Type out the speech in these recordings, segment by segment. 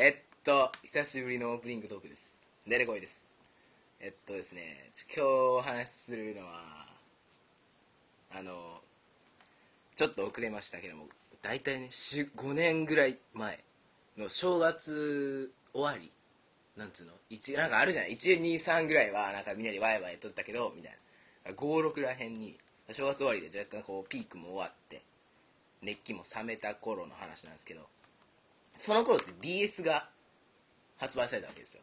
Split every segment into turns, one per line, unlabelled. えっと、久しぶりのオープニングトークです。デレコイです。えっとですね、ち今日お話しするのは、あの、ちょっと遅れましたけども、大体ね、し5年ぐらい前の正月終わり、なんつうの、一なんかあるじゃない、1、2、3ぐらいは、なんかみんなでワイワイ撮ったけど、みたいな。5、6らへんに、正月終わりで若干こう、ピークも終わって、熱気も冷めた頃の話なんですけど、その頃って DS が発売されたわけですよ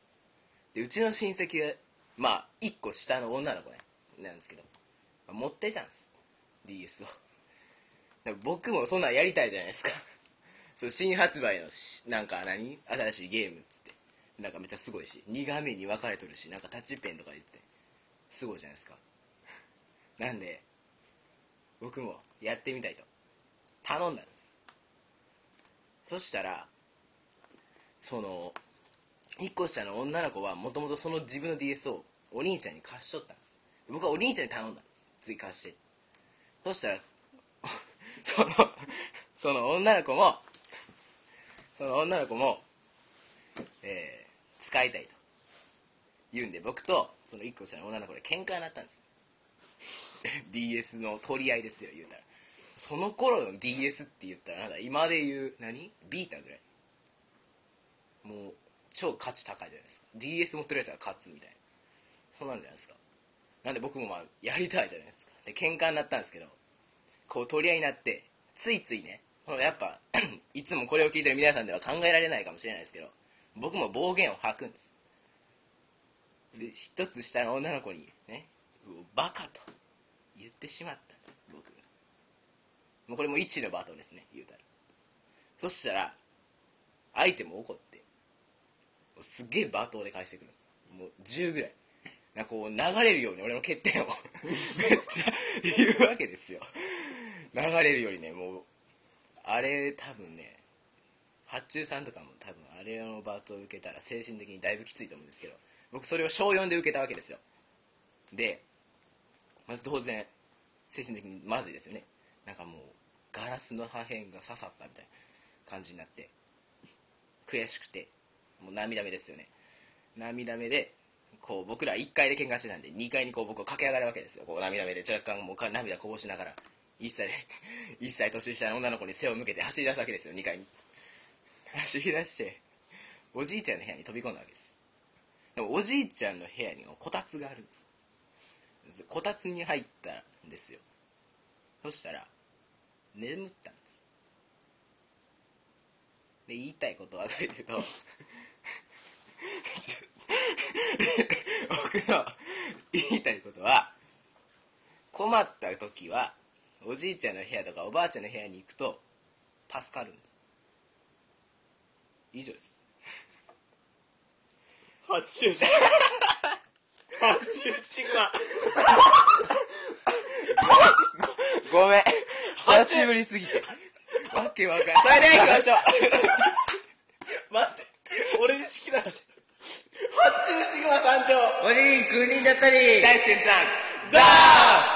でうちの親戚がまあ1個下の女の子ねなんですけど、まあ持ってたんです DS をで僕もそんなんやりたいじゃないですか そう新発売のしなんか何新しいゲームっつってなんかめっちゃすごいし2画面に分かれとるしなんかタッチペンとか言ってすごいじゃないですか なんで僕もやってみたいと頼んだんですそしたらその1個下の女の子はもともとその自分の DS をお兄ちゃんに貸しとったんです僕はお兄ちゃんに頼んだんです次貸してそしたら そのその女の子もその女の子も、えー使いたいと言うんで僕とその1個下の女の子で喧嘩になったんです DS の取り合いですよ言うたらその頃の DS って言ったらなんか今で言う何ビータぐらいもう超価値高いじゃないですか DS 持ってるやつが勝つみたいなそうなんじゃないですかなんで僕もまあやりたいじゃないですかで喧嘩になったんですけどこう取り合いになってついついねこのやっぱ いつもこれを聞いてる皆さんでは考えられないかもしれないですけど僕も暴言を吐くんですで一つ下の女の子にね「うおバカ」と言ってしまったんです僕もうこれも一のバトンですね言うたらそしたら相手も怒ってもうすっげえ罵倒で返してくるんですもう10ぐらいなんかこう流れるように俺の欠点をめっちゃ言うわけですよ流れるよりねもうあれ多分ね発注さんとかも多分あれの罵倒を受けたら精神的にだいぶきついと思うんですけど僕それを小4で受けたわけですよでまず当然精神的にまずいですよねなんかもうガラスの破片が刺さったみたいな感じになって悔しくてもう涙目ですよね涙目でこう僕ら1階で喧嘩してたんで2階にこう僕を駆け上がるわけですよこう涙目で若干もうか涙こぼしながら1歳 一歳年下の女の子に背を向けて走り出すわけですよ2階に走り出しておじいちゃんの部屋に飛び込んだわけですでもおじいちゃんの部屋にこたつがあるんですこたつに入ったんですよそしたら眠ったんですで言いたいことはというと僕の 言いたいことは困った時はおじいちゃんの部屋とかおばあちゃんの部屋に行くと助かるんです以上です
発注発注ちぐわ
ごめん久しぶりすぎ てわけわかんないそれでは行きましょう
待って俺意識出して発注ちぐわ参上
鬼に国だったり大輔さんダー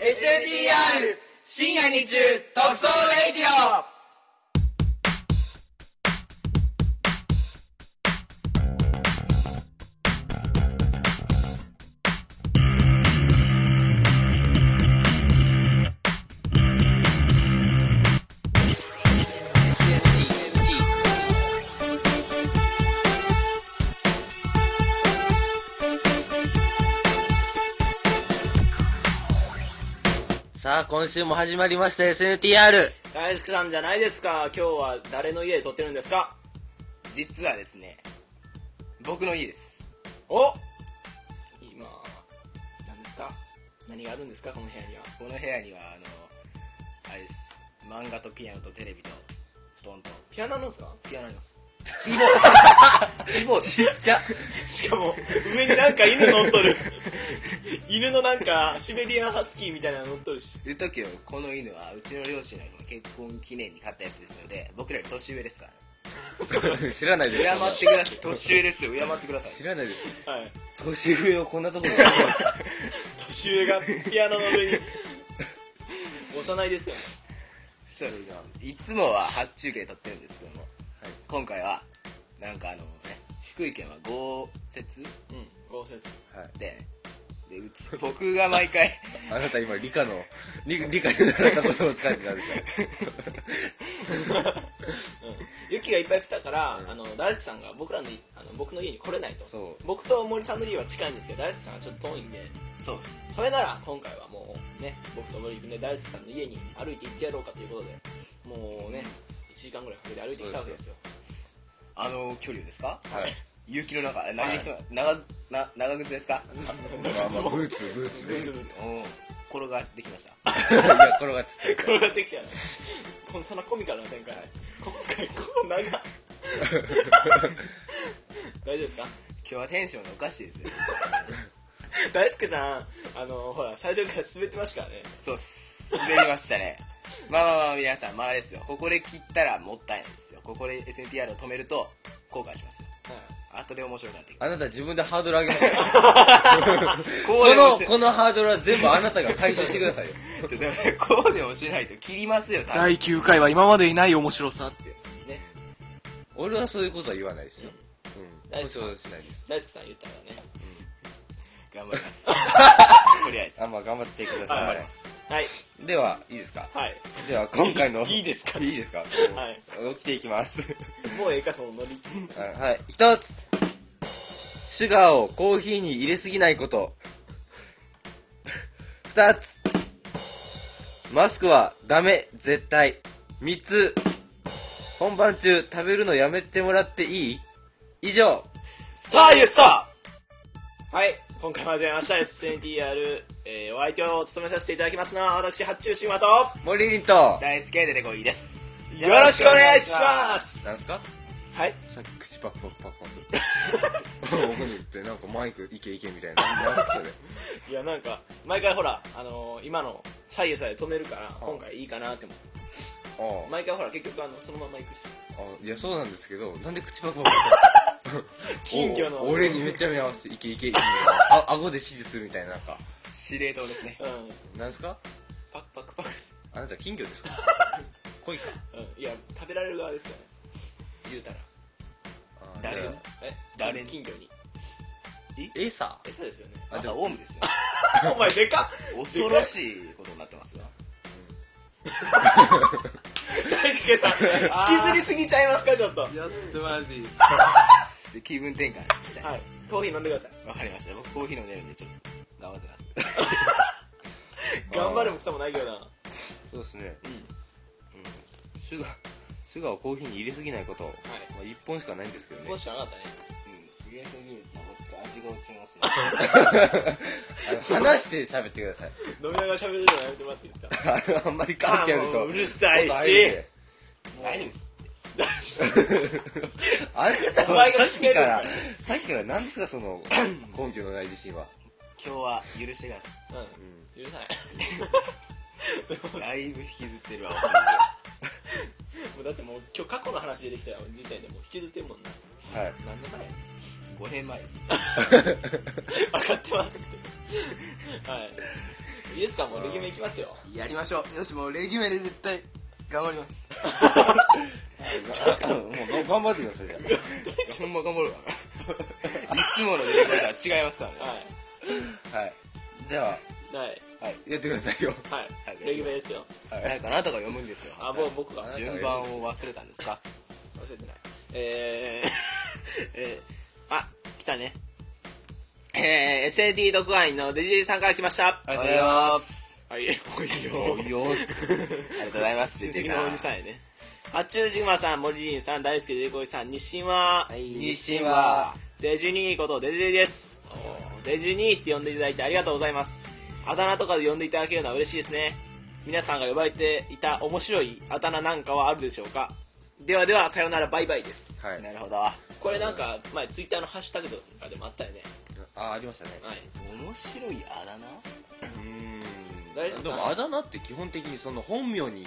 !SDR 深夜に中特捜レイディオ
さあ、今週も始まりました SNTR。
大好きさんじゃないですか今日は誰の家で撮ってるんですか
実はですね僕の家です
お今何ですか何があるんですかこの部屋には
この部屋にはあのあれです漫画とピアノとテレビと布団と
ピアノあるんですか
ピアノありますキーボードキーボード
じゃ、
しかも上になんか犬乗っとる 犬のなんかシベリアンハスキーみたいなの乗っとるし
言っとくけどこの犬はうちの両親の結婚記念に買ったやつですので僕らより年上です からね
知らないで
敬っ
す。
てください年上ですよ敬ってください
知らないです。
はい
年上をこんなところ
年上がピアノの上に幼いですよね
そうですいつもは発注券で撮ってるんですけども、今回はなんかあのね福井県は豪雪
うん豪雪
はい。
ででう ち僕が毎回
あなた今、理科の、理理科で習ったことを使ってたでし
雪がいっぱい降ったから、あの大地さんが僕らのあの僕の家に来れないと
そう
僕と森さんの家は近いんですけど大地さんはちょっと遠いんで
そうです
それなら今回はもうね僕と森君で大地さんの家に歩いて行ってやろうかということでもうね1時間ぐらいかけて歩いてきたわけですよ
あの距離をですか
ょ。はい。
雪の中え何人、長ずな長靴ですか
まあ まあ、ブーツ、ブーツ、ブーツ。
うん転がってきま した
いや、転がって
転がってきちゃうこのそのコミカルな展開今回こう長い大丈夫ですか
今日はテンションがおかしいですよ
大輔さんあのほら最初から滑ってましたからね
そうっす滑りましたね まあまあまあ皆さんまああれですよここで切ったらもったいないですよここで SNTR を止めると後悔しますよ後で面白くなっていく
あなた自分でハードル上げますよ。
こうでも
こ
し
の、このハードルは全部あなたが解消してくださいよ。
ちょっとでもねこうでもしないと切りますよ多分
第9回は今までにない面白さってね
俺はそういうことは言わないですよ。うん。
大
保
丈夫
証しないです。
大輔さん言ったからね
頑張ります とりあえず
あ、まあ、頑張ってください。
は
頑
い
張ります
はい
では、いいですか
はい
では、今回の。
いいですか
いいですか
はい
起きていきます。
もうええかそのノリ
はい。一つシュガーをコーヒーに入れすぎないこと。 二つマスクはダメ、絶対。三つ本番中食べるのやめてもらっていい以上
さあゆさ
はい今回も始めました SNTR、えー、お相手を務めさせていただきますのは私八中島と
森凛と
大好きででこいです
よろしくお願いします
なんすか
はい
さっき口パクパクパクパ ク。僕に言って、なんかマイクいけいけみたいな。なんすかそれ。
いやなんか毎回ほら、あのー今の左右さえ止めるから今回いいかなって思う
ああ
毎回ほら結局あのそのまま行くし
あいやそうなんですけどなんで口パクパクした
金魚の
お俺にめっちゃ目合わせていけいけいけみ たいなあ顎で指示するみたいななんか
司令塔ですね
うん
なんですか
パクパクパク
あなた金 魚ですか恋か
うんいや食べられる側ですからね言うたら
あ
大丈夫です
え
誰に
金魚に
エサ
餌ですよね
あ
あ
じ
じ
ゃ
ゃ
あ
あ
オウムですよ
お前でかっ
恐ろしいことになってますが
大輔さん 引きずりすぎちゃいますかちょっとは
やっとまずいです気分転換したい、
いコーヒー飲んでください
わかりました僕コーヒー飲んでるんでちょっと頑張ってます
頑張るも草もないけどな
そうですねうん、シュガーシュガーをコーヒーに入れすぎないこと、まあ、1本しかないんですけどね
もしなかったね
うん入れすぎるともっと味が落ちますね
あの 話して喋ってください
飲みながら喋るのやめてもらっていいですか
あのあんまり関係ある
あも
と
ううるさいし
音入るんで
大丈夫です
あなた
お
は
前
さ
が
っ
聞け
き
る
か
からら
さっきから何ですか その根拠のない自信は
今日は許してくださ
うん許さない
いだいぶ引きずってるわ
もうだってもう今日過去の話出てきたよ時点でもう引きずってるもんな
はい
何年前や
5年前です
分かってますってはいいいですかもうレギュメいきますよ
やりましょうよしもうレギュメで絶対頑張ります
もう頑張ってくださいじゃ
ほんま頑張るわいつもの出てこいとは違いますからね
は
あはいではい
はい
はい
やってくださいよ
は
はい
いレギュメですよ
なんかあなたが読むんですよ
あもう僕が忘れ
順番を忘れたんですか
てないえー えーあ来たねえー、SNT 特派員のデジさんから来ました
ありがとうございます
はいおいよ
よ
ありがとうございます
親
ジェイ
戚
さん
のおじさんやね八中島さん森林さん大輔デコイさん日清は、
日清は
デジニーことデジニーですデジニーって呼んでいただいてありがとうございますあだ名とかで呼んでいただけるのは嬉しいですね皆さんが呼ばれていた面白いあだ名なんかはあるでしょうかではではさよならバイバイです
はい
なるほど面
これなんか前ツイッターのハッシュタグとかでもあったよね
あありましたね
はい
白いあだ名
うーん
大丈夫
でもあだ名って基本的にその本名に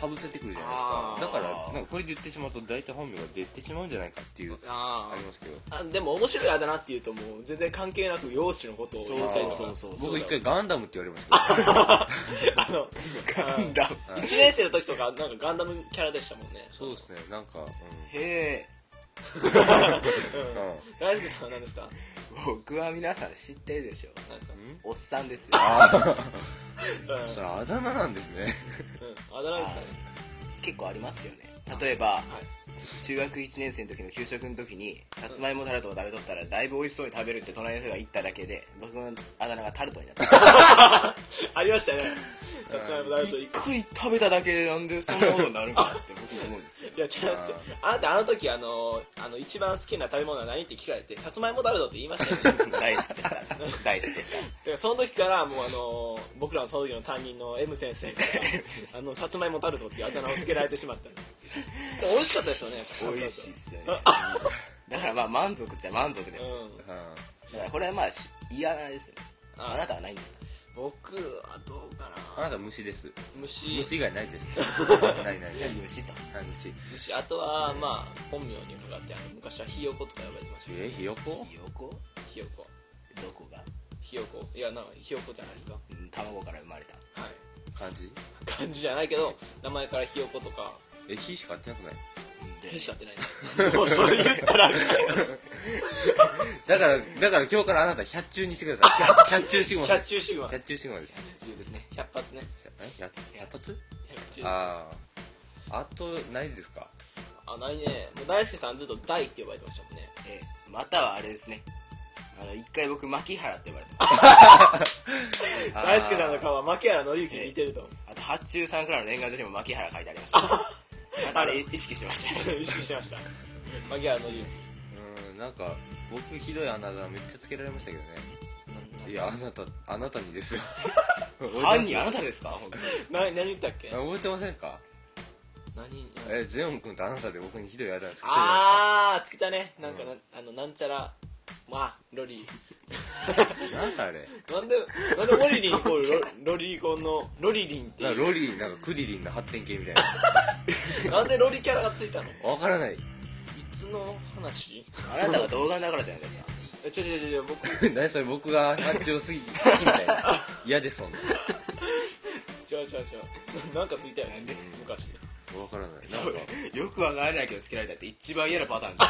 かぶせてくるじゃない
あー
ですかだからなんかこれで言ってしまうと大体本名が出てしまうんじゃないかっていう
あ
ありますけど
あでも面白いあだ名っていうともう全然関係なく容姿のことを言ったりとか
そうそうそう
僕一回ガンダムって言われまし
あの
ガンダム
たはい
1年生の時とかなんかガンダムキャラでしたもんね
そうですねなんかう
へえ
んうん
大輔さんは何ですか
僕は皆さん知ってるでしょ
何ですか
おっさんですよ
うん
それあだ名なんですね
うんあだ名ですかね
結構ありますけどね例えば
はい
中学1年生の時の給食の時にさつまいもタルトを食べとったらだいぶ美味しそうに食べるって隣の人が言っただけで僕のあだ名がタルトになった
ありましたねさつまいも大輔い
一回食べただけでなんでそんなことになるんかなって僕も思うんですけど
や違いますってあなたあの時あのあの一番好きな食べ物は何って聞かれてさつまいもタルトって言いましたよね
大好きですから大好きですから
だからその時からもうあの僕らのその時の担任の M 先生 からあのさつまいもタルトっていうあだ名をつけられてしまったでも美味しかったですよねさつまいも
美
タ
味
ルト
しいっすよねだからまあ満足っちゃ満足です、
うん
うん
だからこれはまあし嫌なですよね
あ
あなたはないんですか
僕はどうかな
あなた虫です
虫
虫以外ないですないないない
虫と
はい虫
虫あとはまあ本名に伺ってあの昔はひよことか呼ばれてましたけ
えー、ひよこ
ひよこ
どひよこ
どこが、
ひよこいやなんかひよこじゃないですかは
うん、卵から生まれた
い
漢字
漢字じゃないけど名前からひよことか
えひしか合ってなくない
うん で
へしかってないな もうそれ言ったらあかん
だからだから今日からあなた百中にしてください百百中シグマ
キャッチューシグマ
百中シグマです
自由ですね
100発ね
え百百発
100中
あああとないですか
あないねもう大輔さんずっと「大」って呼ばれてましたもんね
ええまたはあれですねあの一回僕牧原って呼ばれた
あー
大輔さんの顔は牧原紀之に似てると
あと発注さんからの年賀状にも牧原書いてありましたまたあれ意識してま したね
意識してま した牧原紀之
うんなんか僕ひどいあなためっちゃつけられましたけどねいやあなたあなたにですよ
犯人あなたですか本当に
な何言ったっけ
覚えてませんか
何
えゼオン君とあなたで僕にひどいあだ名つけてるじゃ
あーつけたねなんかな、あのなんちゃらまあロリ
ないで
ー
すかなんだあれ
なんでなんでモリリンイコールロロリーコンのロリリンってい
なん
う
かロリーなんかクリリンの発展系み たいな
なんでロリキャラがついたのい
わからない
つの話
あなたが童顔だからじゃないですか
えちょちょちょちょ僕
何それ僕が発注 すぎ好きみたいな嫌ですそんな
違う違う違うななんかついたよね昔
わからないなんか
そうよくわからないけどつけられたって一番嫌なパターンで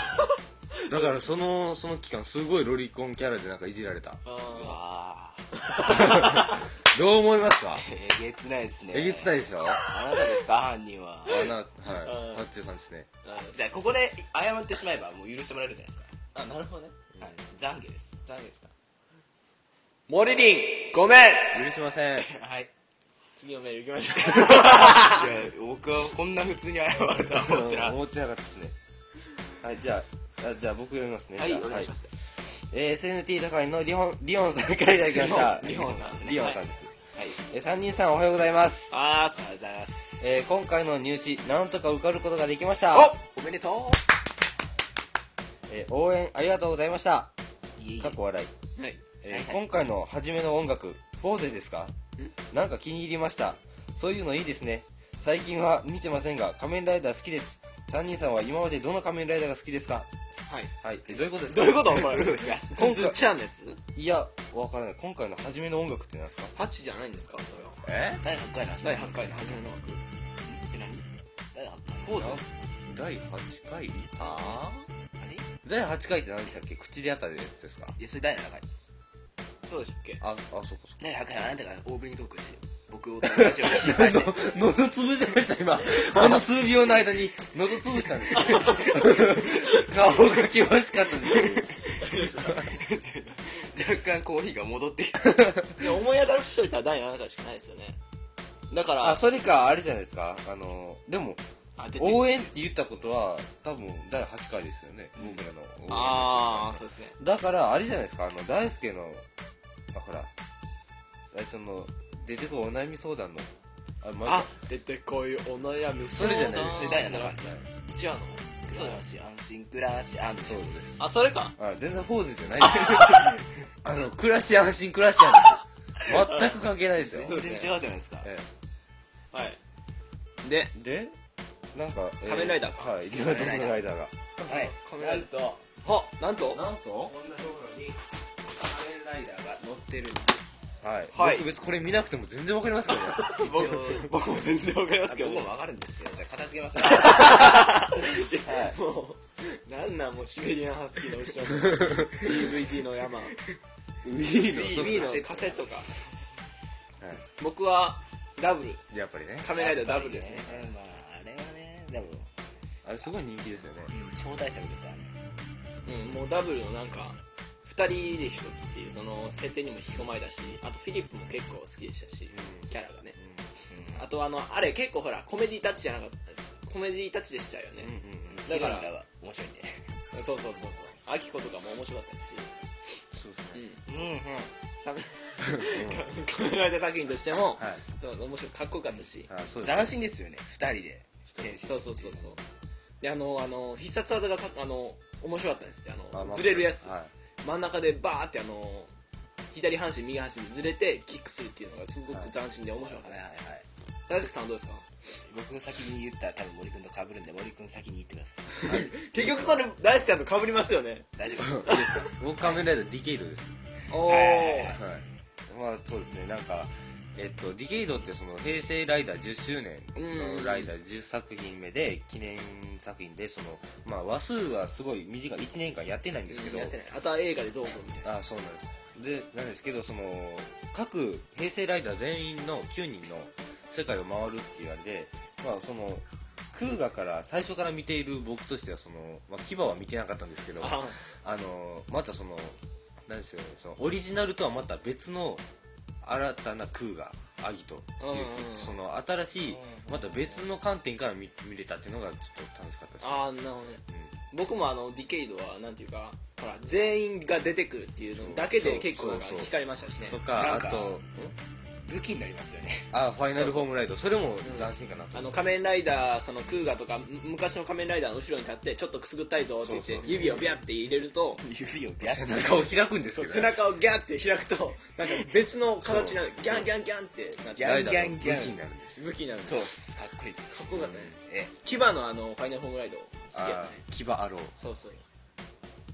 す
だからそのその期間すごいロリコンキャラでなんかいじられた
よ
あ
わあ
どう思いますか
えげつないですね
えげつないでしょあ
あなたですか犯人は
なはい発注さんですね
ーあ
じゃあここで謝ってしまえばもう許してもらえるじゃないですか
あなるほどね
はい懺悔です
残念ですかモリリンごめん
許しません
はい
次のメール行きましょ
いや僕はこんな普通に謝るとは 思ってな
思ってなかったですねはいじゃああじゃあ僕読みますね
はい
じゃあ
お願いします
えー SNT 高いのリオンリオンさんからいただきました
リオンリオンさんですね
リオンさんです、
はい
えー、三人さんおはようございます
う
あ
あ
りがとうご
ー
ざいます
えー今回の入試なんとか受かることができました、
おおめでと
えー応援ありがとうございました
ういえいえ
過去笑い、
はい
えー今回の初めの音楽フォーゼですかなんか気に入りましたそういうのいいですね最近は見てませんが仮面ライダー好きです3人さんは今までどの仮面ライダーが好きですか
はい
はい、えーどういうことですか
どういうことお前
どうですか
ズズちゃんのやつ
いやわからない今回の初めの音楽って何ですか
?8 じゃないんですかそれは
え
第8回の話
第8回の
話
初
ん
めの枠
え何第8回ポ
な第8回
ああれ
第8回って何でしたっけ口であったやつですか
いやそれ第7回です
そうでしたっけ
ああそっ かそっか
第8回はあなたがオープニングトークして僕を友達を心配して
喉潰しました今この数秒の間に喉潰したん ですよ顔が険しかったです
若干コーヒーが戻ってきた
いや思い当たる人いたら第7回しかないですよねだから
あそれかあれじゃないですかあのでも
あ出て
応援って言ったことは多分第8回ですよね僕らの応援の人
ああそうですね
だからあれじゃないですかあの大輔のあほら最初の出てこいお悩み相談のあ,、ま
あ出てこいお悩み
それじゃないです
それ第7回です
違うのそうだ
暮らし安心暮らし安
そう
心
です
あそれか
あ全然フォーズじゃないですあの暮らし安心暮らし安心全く関係ないですよ
全然違うじゃないですか
ええ
はいで
でなんか、え
仮面ライダーか
はい両方とも仮面ライダーが
はい
仮面ラ
な
イ
んと
あなんと
んと
こんなところに仮面ライダーが乗ってるんです
はい、
はい
僕別にこれ見なくても全然わかりますけどね
一応
僕も全然わかりますけど
僕
ね
もわかるんですけどじゃあ片付けますね
もうなんなんもうシベリアンハスキーの後ろの DVD の山
Wii の
BB のカセットか
はい
僕はダブル
やっぱりね
仮面ライダーダブルですね
やっぱりまああれはねでも
あれすごい人気ですよね
超大作ですからね
うんもうダブルのなんか2人で一つっていうその設定にも引き込まれたしあとフィリップも結構好きでしたし、キャラがね、あとあのあれ結構ほらコメディタッチじゃなかったコメディタッチでしたよね、
だ
だ
か
からら
面白いんで
そうそうそうそうアキコとかも面白かったし、
そうで
う
すね
うん
ん、
うん
サメ仮面ライダー作品としても、
はい
そう面白いかっこよかったし、
あそうです ね
斬新ですよね二人で変身
そうそうそうそうであのあの必殺技がかあの面白かったんですってあ
あ
の
まあ
ずれるやつ、
は
真ん中でバーってあの左半身右半身にずれてキックするっていうのがすごく斬新で面白かっ
はい
た
は
で
いは
す、
い
大輔さんはどうですか
僕が先に言ったら多分森君と被るんで森君先に言ってください
結局それ大輔さんと被りますよね
大丈夫
僕仮面ライダーディケイドです
おお、
はいはいはい
はいまあそうですねなんかえっと、ディケイドってその平成ライダー10周年のライダー10作品目で記念作品でその、まあ、話数がすごい短い1年間やってないんですけど、
やってないあとは映画でどうぞみたいな
あそうなんですでなんですけどその各平成ライダー全員の9人の世界を回るっていうあれで、まあ、そのクーガから最初から見ている僕としてはその、まあ、牙は見てなかったんですけど
あ
あのまたそのなんですよねそのオリジナルとはまた別の新たなクーガアギという
うんうん
その新しいまた別の観点から見見れたっていうのがちょっと楽しかったですね
あーなるほどね僕もあのディケイドはなんていうかほら全員が出てくるっていうのだけで結構なんか
そうそうそう
惹かれましたしね
とか
な
あ
んか
と
武器になりますよね
あファイナルホームライドそれも斬新かなと
あの仮面ライダーそのクーガとかむ昔の仮面ライダーの後ろに立ってちょっとくすぐったいぞって言って
そうそうそう
指をビャって入れると
指をビャッ
背
て
中を開くんです
そう
けど
背中をギャって開くとなんか別の形になるギャンギャンギャンってなっ
ギ
て
ャンギャンギャン
ライダーの武器になるんです
武器になるんで
そうっ
す
すかっこいいです
かっこよかったね
え
牙のあのファイナルホームライド好きやったね
あー牙アロー
そうそう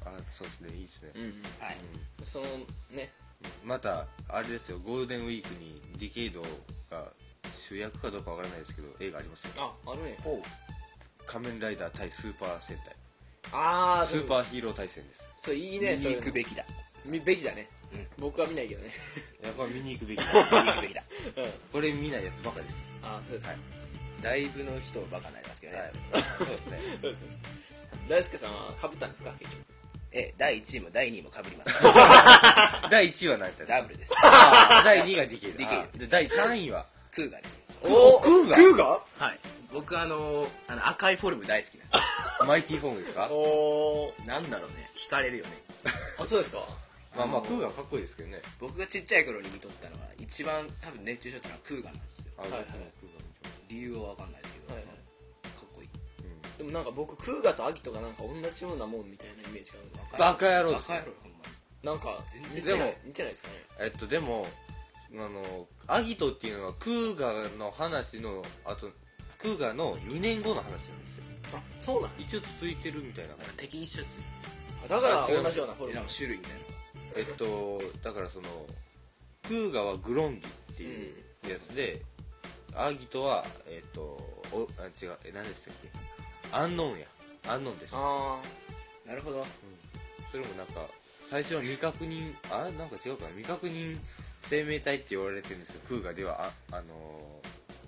あそうですねいいですね、
うんうん
はい
そのね
またあれですよゴールデンウィークにディケイドが主役かどうかわからないですけど映画ありますよ
ああるね
ほう
仮面ライダー対スーパー戦隊
ああ
スーパーヒーロー対戦です
そういい
見
ね
に行
そういう
く
の
べき だ
見べきだね、僕は見ないけどね
やっぱ見に行くべきだ
見に行くべきだ
うん
これ見ないやつばかりです
あそうです
はい
だいぶの人をバカになりますけどね、
はい
それ
そうですね
そうですね大輔さんはかぶったんですか結局
え第1位も第2位もかぶりました
第1位は何やったんです
ダ
か
ブルです
あー第2位がディケイド
ディケイド
あーで第3位は
クーガです
お
クーガ
クーガ
はい僕あのーあの赤いフォルム大好きなんです
マイティフォームですか
おー
なんだろうね惹かれるよね
あそうですか
まあまあクーガかっこいいですけどね
僕がちっちゃい頃に見とったのは一番多分熱中症ってのはクーガなんですよ
あの
はいはい
クーガ見てます
理由は分かんないですけど、
はいはい
かっこいい
でもなんか僕クーガとアギトがなんか同じようなもんみたいなイメージがあるんですけ
バカ野郎
バ
です
カ
よ
野郎ほんまに
どなんか
全
似
然
てな
で
い
も
似てないですかね
えっとでもあのアギトっていうのはクーガの話のあとクーガの2年後の話なんですよ
あそうなんや
一応続いてるみたいな
なんか敵一緒っすよ
だから同じようなフォ
え
ル
な
ム
んか種類みたいな
えっとだからそのクーガはグロンギっていうやつで、アギトはえっとおあ違うえ何でしたっけアンノンやアンノンです
あ
なるほど
それもなんか最初は未確認あなんか違うかな未確認生命体って言われてるんですよクーガではあ、あの
ー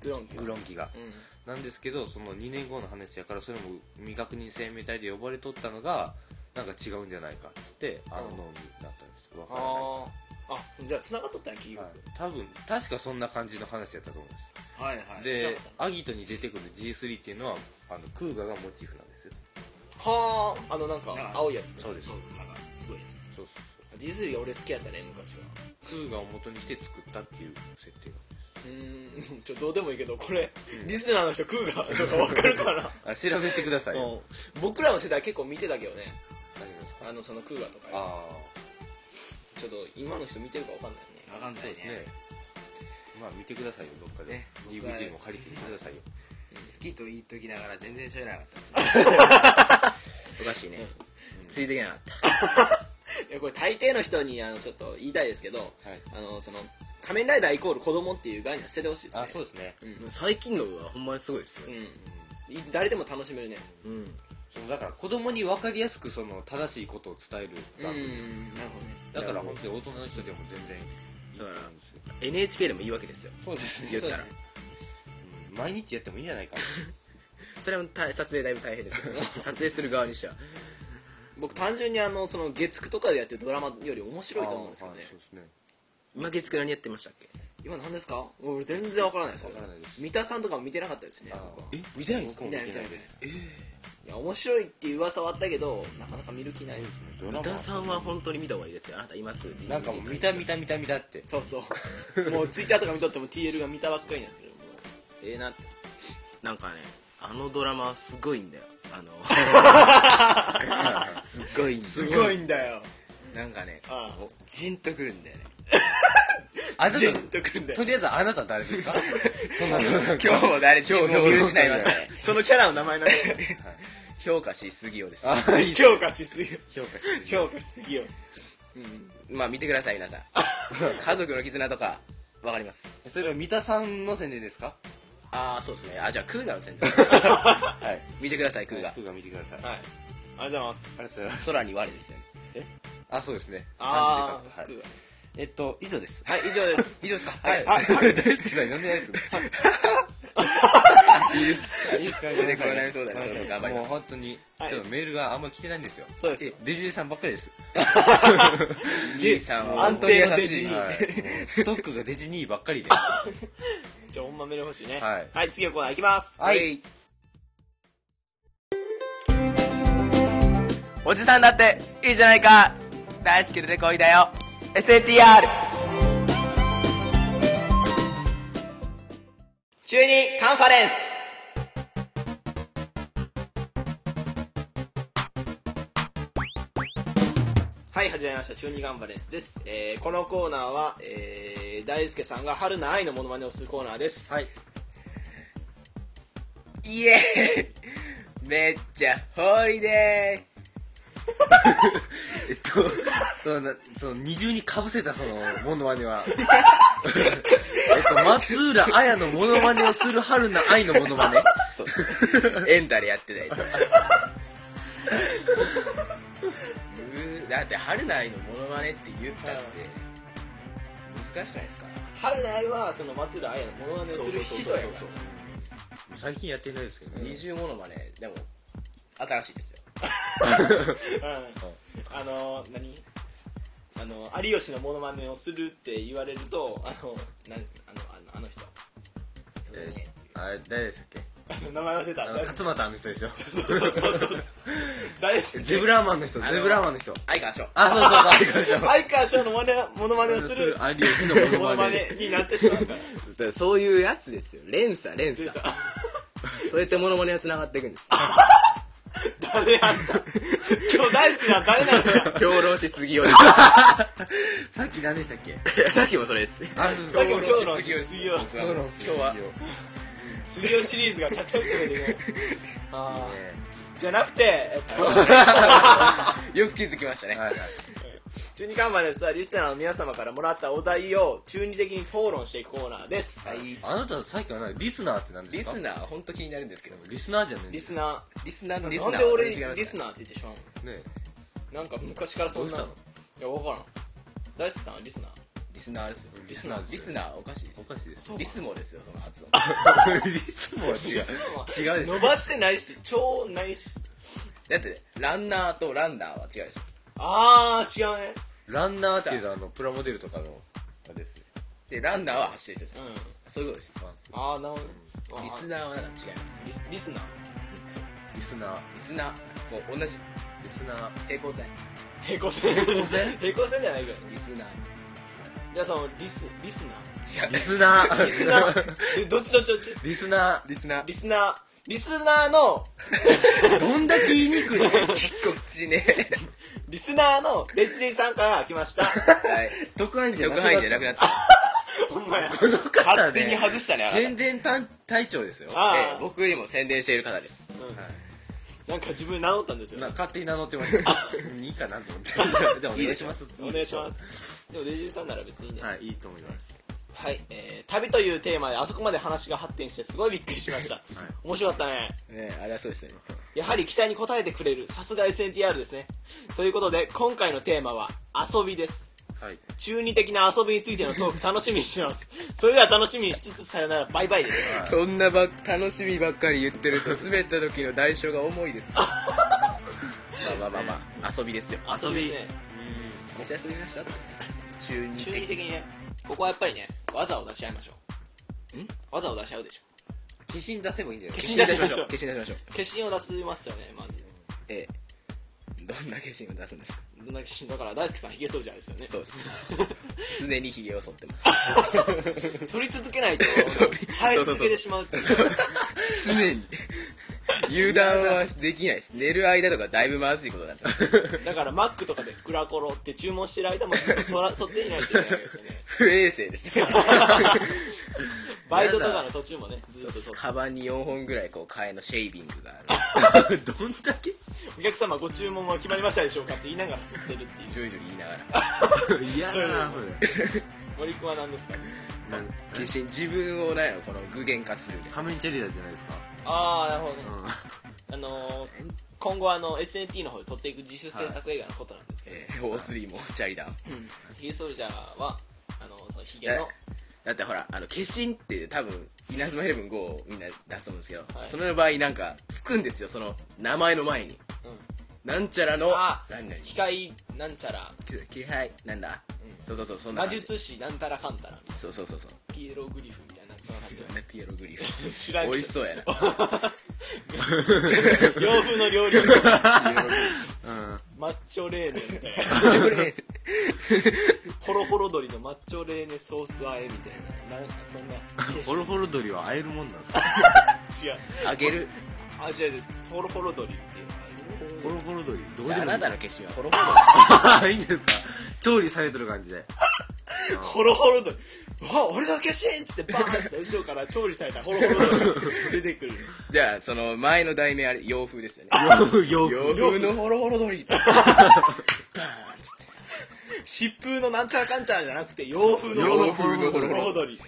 グロンギ
グロンギが、
うん
なんですけどその2年後の話やからそれも未確認生命体で呼ばれとったのがなんか違うんじゃないかっつってあの脳になったんですわからない、は
あーあじゃあ繋がっとったんや企業
い、多分確かそんな感じの話やったと思います
はいはい
知らな
で
かっ
アギトに出てくる G3 っていうのはあのクーガがモチーフなんですよ
はああのなんか
なんか
青いやつ
そうです
そうなんかすごいです
そうそう
ディズニーが俺好きやったね昔は
そうクーガを元にして作ったっていう設定が
うーん ちょどうでもいいけどこれリスナーの人クーガとかわかるかな
あ調べてくださいよ
うん僕らの世代結構見てたけどね
ありますか
あのそのクーガとかよ
あ
ちょっと今の人見てるかわかんないね
分かん
あ
な
そう
い
ですね
ね
まあ見てくださいよどっかで
ね
DVD も借りてみてくださいよ
好きと言いときながら全然喋らなかったですね おかしいね、うんついていけなかった
いやこれ大抵の人にあのちょっと言いたいですけど、あのその仮面ライダーイコール子供っていう概念は捨ててほしいですね
あそうですね、
最近のはほんまにすごいですよ、
うんい誰でも楽しめるね
うん、
そのだから子供に分かりやすくその正しいことを伝える番組、
なるほどね
だから本当に大人の人でも全然いいと思うんですよ
NHK でもいいわけですよ
そうですね
言ったら
そうですねうん毎日やってもいいんじゃないかな
それも大撮影だいぶ大変 ですよ撮影する側にしては
僕単純にあのその月9とかでやってるドラマより面白いと思うんですよ
あ
ね
ーはいそうですね
今月9何やってましたっけ
今何ですか俺全然わからないです
わからないです
三田さんとかも見てなかったですね
あー
僕は
え見てないんです
僕
か
も
見てな
見てないい
見てない
で
ですすいや面白いっていう噂はあったけどなかなか見る気ないです
ドラマ
三田さんは本当に見た方がいいですよあなた今すぐ
なんかもう見た見た見た見たって
そうそうもうツイッターとか見とっても TL が見たばっかりになってるもうええなって
なんかねあのドラマすごいんだよあ のすごいんだよ
すごいんだよ
なんかね
ああ
ジンとくるんだよね
あ
ジ
な
ンとくるんだ
たと
よ
りあえずあなた誰ですか そんなの
今日も誰自分を見失いましたね
そのキャラの名前なんだよ
評価しすぎようです
あい いです
強化しすぎよ
評価して
強化しすぎよ
まあ見てください皆 さん家族の絆とかわかります
それは三田さんの宣伝ですか
ああそうですねあじゃあクーガの宣伝
はい
見てくださいク
ク
ーガ
ーガ見てください
はいありがとうございます
ありがとうございます
空に我ですよね
あそうですね
あ
漢字で書くと
あ
はいえっと以上です
はい以上です
いいですか
はい、
は
は いい、大好きさん呼んでないですいいですか
出てこられそうだねその頑張ります
もう本当に、
はい
ちょっとメールがあんま来てないんですよ
そうですよ
えデジデジさんばっかりです
兄さんは
安定のデジ
本
はいもうストックがデジニーばっかりで
じゃあ、ほんまメール欲しいね。
はい
次のコーナーいきます。
はい、おじさんだっていいじゃないか大好きでこいだよ SATR
中にカンファレンスはい、始まりました。中二カンファレンスです。えー、このコーナーは、えー、大輔さんが春菜愛のモノマネをするコーナーです。
はい
イエーイめっちゃホリデ
えっとそのなその二重にかぶせたそのモノマネはえっと松浦綾のモノマネをする春菜愛のモノマネ
ーエンタでやってないとうーだって春菜のモノマネって言ったって難しくないですか
春菜愛は、その松浦愛のモノマネをする人やから。
そう
最近やってないですけどね
二重モノマネでも新しいですよ
うんあの何あの有吉のモノマネをするって言われるとあの何ですかあのあのあの人
それね
えあれ誰でしたっけ
あの名前忘れた
あの勝俣あの人でしょ
そうそうそうそう誰です
ゼブラーマンの人
あの
ゼブラーマンの人
相川翔
あそうそう そう
相川翔のモノマネモノマネをする
有吉の
モ
モノ
ノ
マ
マ
ネ
ネになってしまうか
だ
ら
からそういうやつですよ連鎖連鎖
でさ
そうやってモノマネがつながっていくんです
誰あんた今日大好きなの誰なん だよ
評論しすぎようです
さっき何でしたっけ
いやさっきもそれです
あそう
さ
そ
っ
う
きも今
評
日の
論しすぎ
水曜
僕はもう今日は
水曜シリーズが着々と出てくる
あ
じゃなくてえっと
よく気づきましたね、
あはいはい
中二看板ですはリスナーの皆様からもらったお題を中二的に討論していくコーナーです、
あなたさっきは何リスナーって何で
リ
すか
スナー本当気になるんですけど
リスナーじゃない
リ
です
スナ
リスナーのリ
ー
ス
な
ナー
んで俺
は全然違います
リスナーって言ってしまう
ね
のなんか昔からそんな
どう
いや分からん大輔さんはリスナー
リスナーですよ
リスナーです
リスナーおかしいです
おかしいです
リスもですよその発音
リスもは違う違うでしょ
伸ばしてないし超ないし
だってランナーとランナーは違うでしょ
あー違うね
ランナーっていうのはあのプラモデルとかのあれですね
でランナーは走ってる人で
う
しょ
ん
そういうことです
あーなるほどあー
リスナーはなんか違います
リスリスナー
リスナー
リスナーもう同じ
リスナー
平行線
平行線平行線 平行線じゃないけどね
リスナー
じゃあそのリスリスナ
違う
リスナ ー
ーリスナーでどっちどっちどっち
リスナ
リスナー
リスナーリスナーの
ーどんだけ言いにくいの
こっちね
リスナーのレジデジさんから来まし た
はい
特派員じゃ
特派
なくな
員
っ
じゃ
た
なくなった
お前
この方
勝
ね
手に外したねあなた
宣伝担隊長ですよは
あ
ええ
あ、
僕よりも宣伝している方です
なんか自分名乗ったんです
い
よ、
な勝手に名乗ってましたいいかなと思 ってじゃあお願いします
お願いしますでもレジリさんなら別にね
はいいいと思います
はい、えー、旅というテーマであそこまで話が発展してすごいびっくりしました、面白かったね
ねあれはそうですね
やはり期待に応えてくれるさすが SNTR ですねということで今回のテーマは遊びです
はい
中二的な遊びについてのトーク楽しみにしてますそれでは楽しみにしつつさよならバイバイです
そんなば楽しみばっかり言ってると滑った時の代償が重いですまあまあまあまあ遊びですよ
遊びですね
飯休みま した中二
中
的
二的にねここはやっぱりね技を出し合いましょ
ん
う技を出し合うでしょ
化身出せばいいんだよ
化身出しましょう
化身出しましょう
化身を出しますよねまず
ええどんな化身を出すんですか
どんな化身だから大輔さんヒゲソルジャーですよね
そうです常にヒゲを剃ってます
剃り続けないと
そう
生え続けてしまうっていう
常に 油断はできないです寝る間とかだいぶまずいことになってます
だからマックとかでグラコロって注文してる間もずっとそらそっていないといけないわけですよね
不衛生ですね
バイトとかの途中もねずっとそって
カバンに4本ぐらいこう替えのシェービングがある
どんだけ
お客様ご注文は決まりましたでしょうかって言いながらそってるっていう
ジョリジョリ言いながら
嫌だなそれ
森君は何ですか
なんか
化身自分をなんやろこの具現化する
仮面チェリーだじゃないですか
ああなるほどね
うん
あのー、今後あの SNT の方で撮っていく自主制作映画のことなんですけど、
えー、O3 もチャリダン
ヒゲソルジャーはあのそのヒゲ
だ
の
だってほらあの化身って多分稲妻イレブン5をみんな出すと思うんですけど、
はい
その場合なんかつくんですよその名前の前になんちゃらの
あ
何々
機械なんちゃら
気気配なんだ、そうそうそうそんな
魔
感じ
術師なんたらかんたらみたい
そうそうそうそう
なヒエログリフみたいなそんな感じで
ピエログリフ
知らんけど
美味しそうや な
洋風の料理
ピエログリフ
マッチョレーネみたいな
それ
ホロホロ鶏のマッチョレーネソース和えみたいななんかそんな
ホロホロ鳥は会えるもんなんですか
違う
あげる
あ違う違うホロホロ鶏っていうの
ホロホロ鳥ど
じ
うで
ゃあ
もい
あ
い
なたの化身はホロ ホロ
あいいんですか調理されてる感じで
ホロホロ鶏あ俺の化身っつってバーンって後ろから調理されたホロホロ鶏出て くる
じゃあその前の題名あれ洋風ですよね
洋風洋風
洋風のホロホロ鳥バーンっつって
疾風のなんちゃらかんちゃらじゃなくて洋風の
洋風のホロホロ
鶏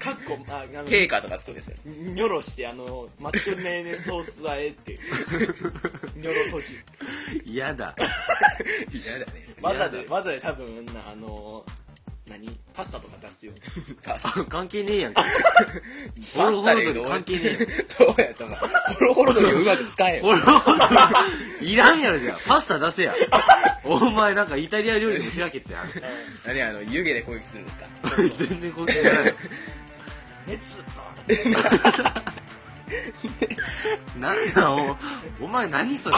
かっこああの
定価とかそうですよね
ニョロしてあのマッチョネーネソース和 えっていうニョロ閉じ
嫌 だ
嫌だね
わざでわざで多分なあの何パスタとか出すよ
パス
関係ねえや んけ
パ
ホロ
ス
ホ
タ
ロ
で言う
鳥
と
関係ねえ
そうやったなホロホロ鳥をうまく使えよ
ホロホロ鳥いらんやろじゃあパスタ出せやお前なんかイタリア料理でも開けって話
何あの湯気で攻撃するんですか
全然関係ない
熱バーン
なんだおお前何それ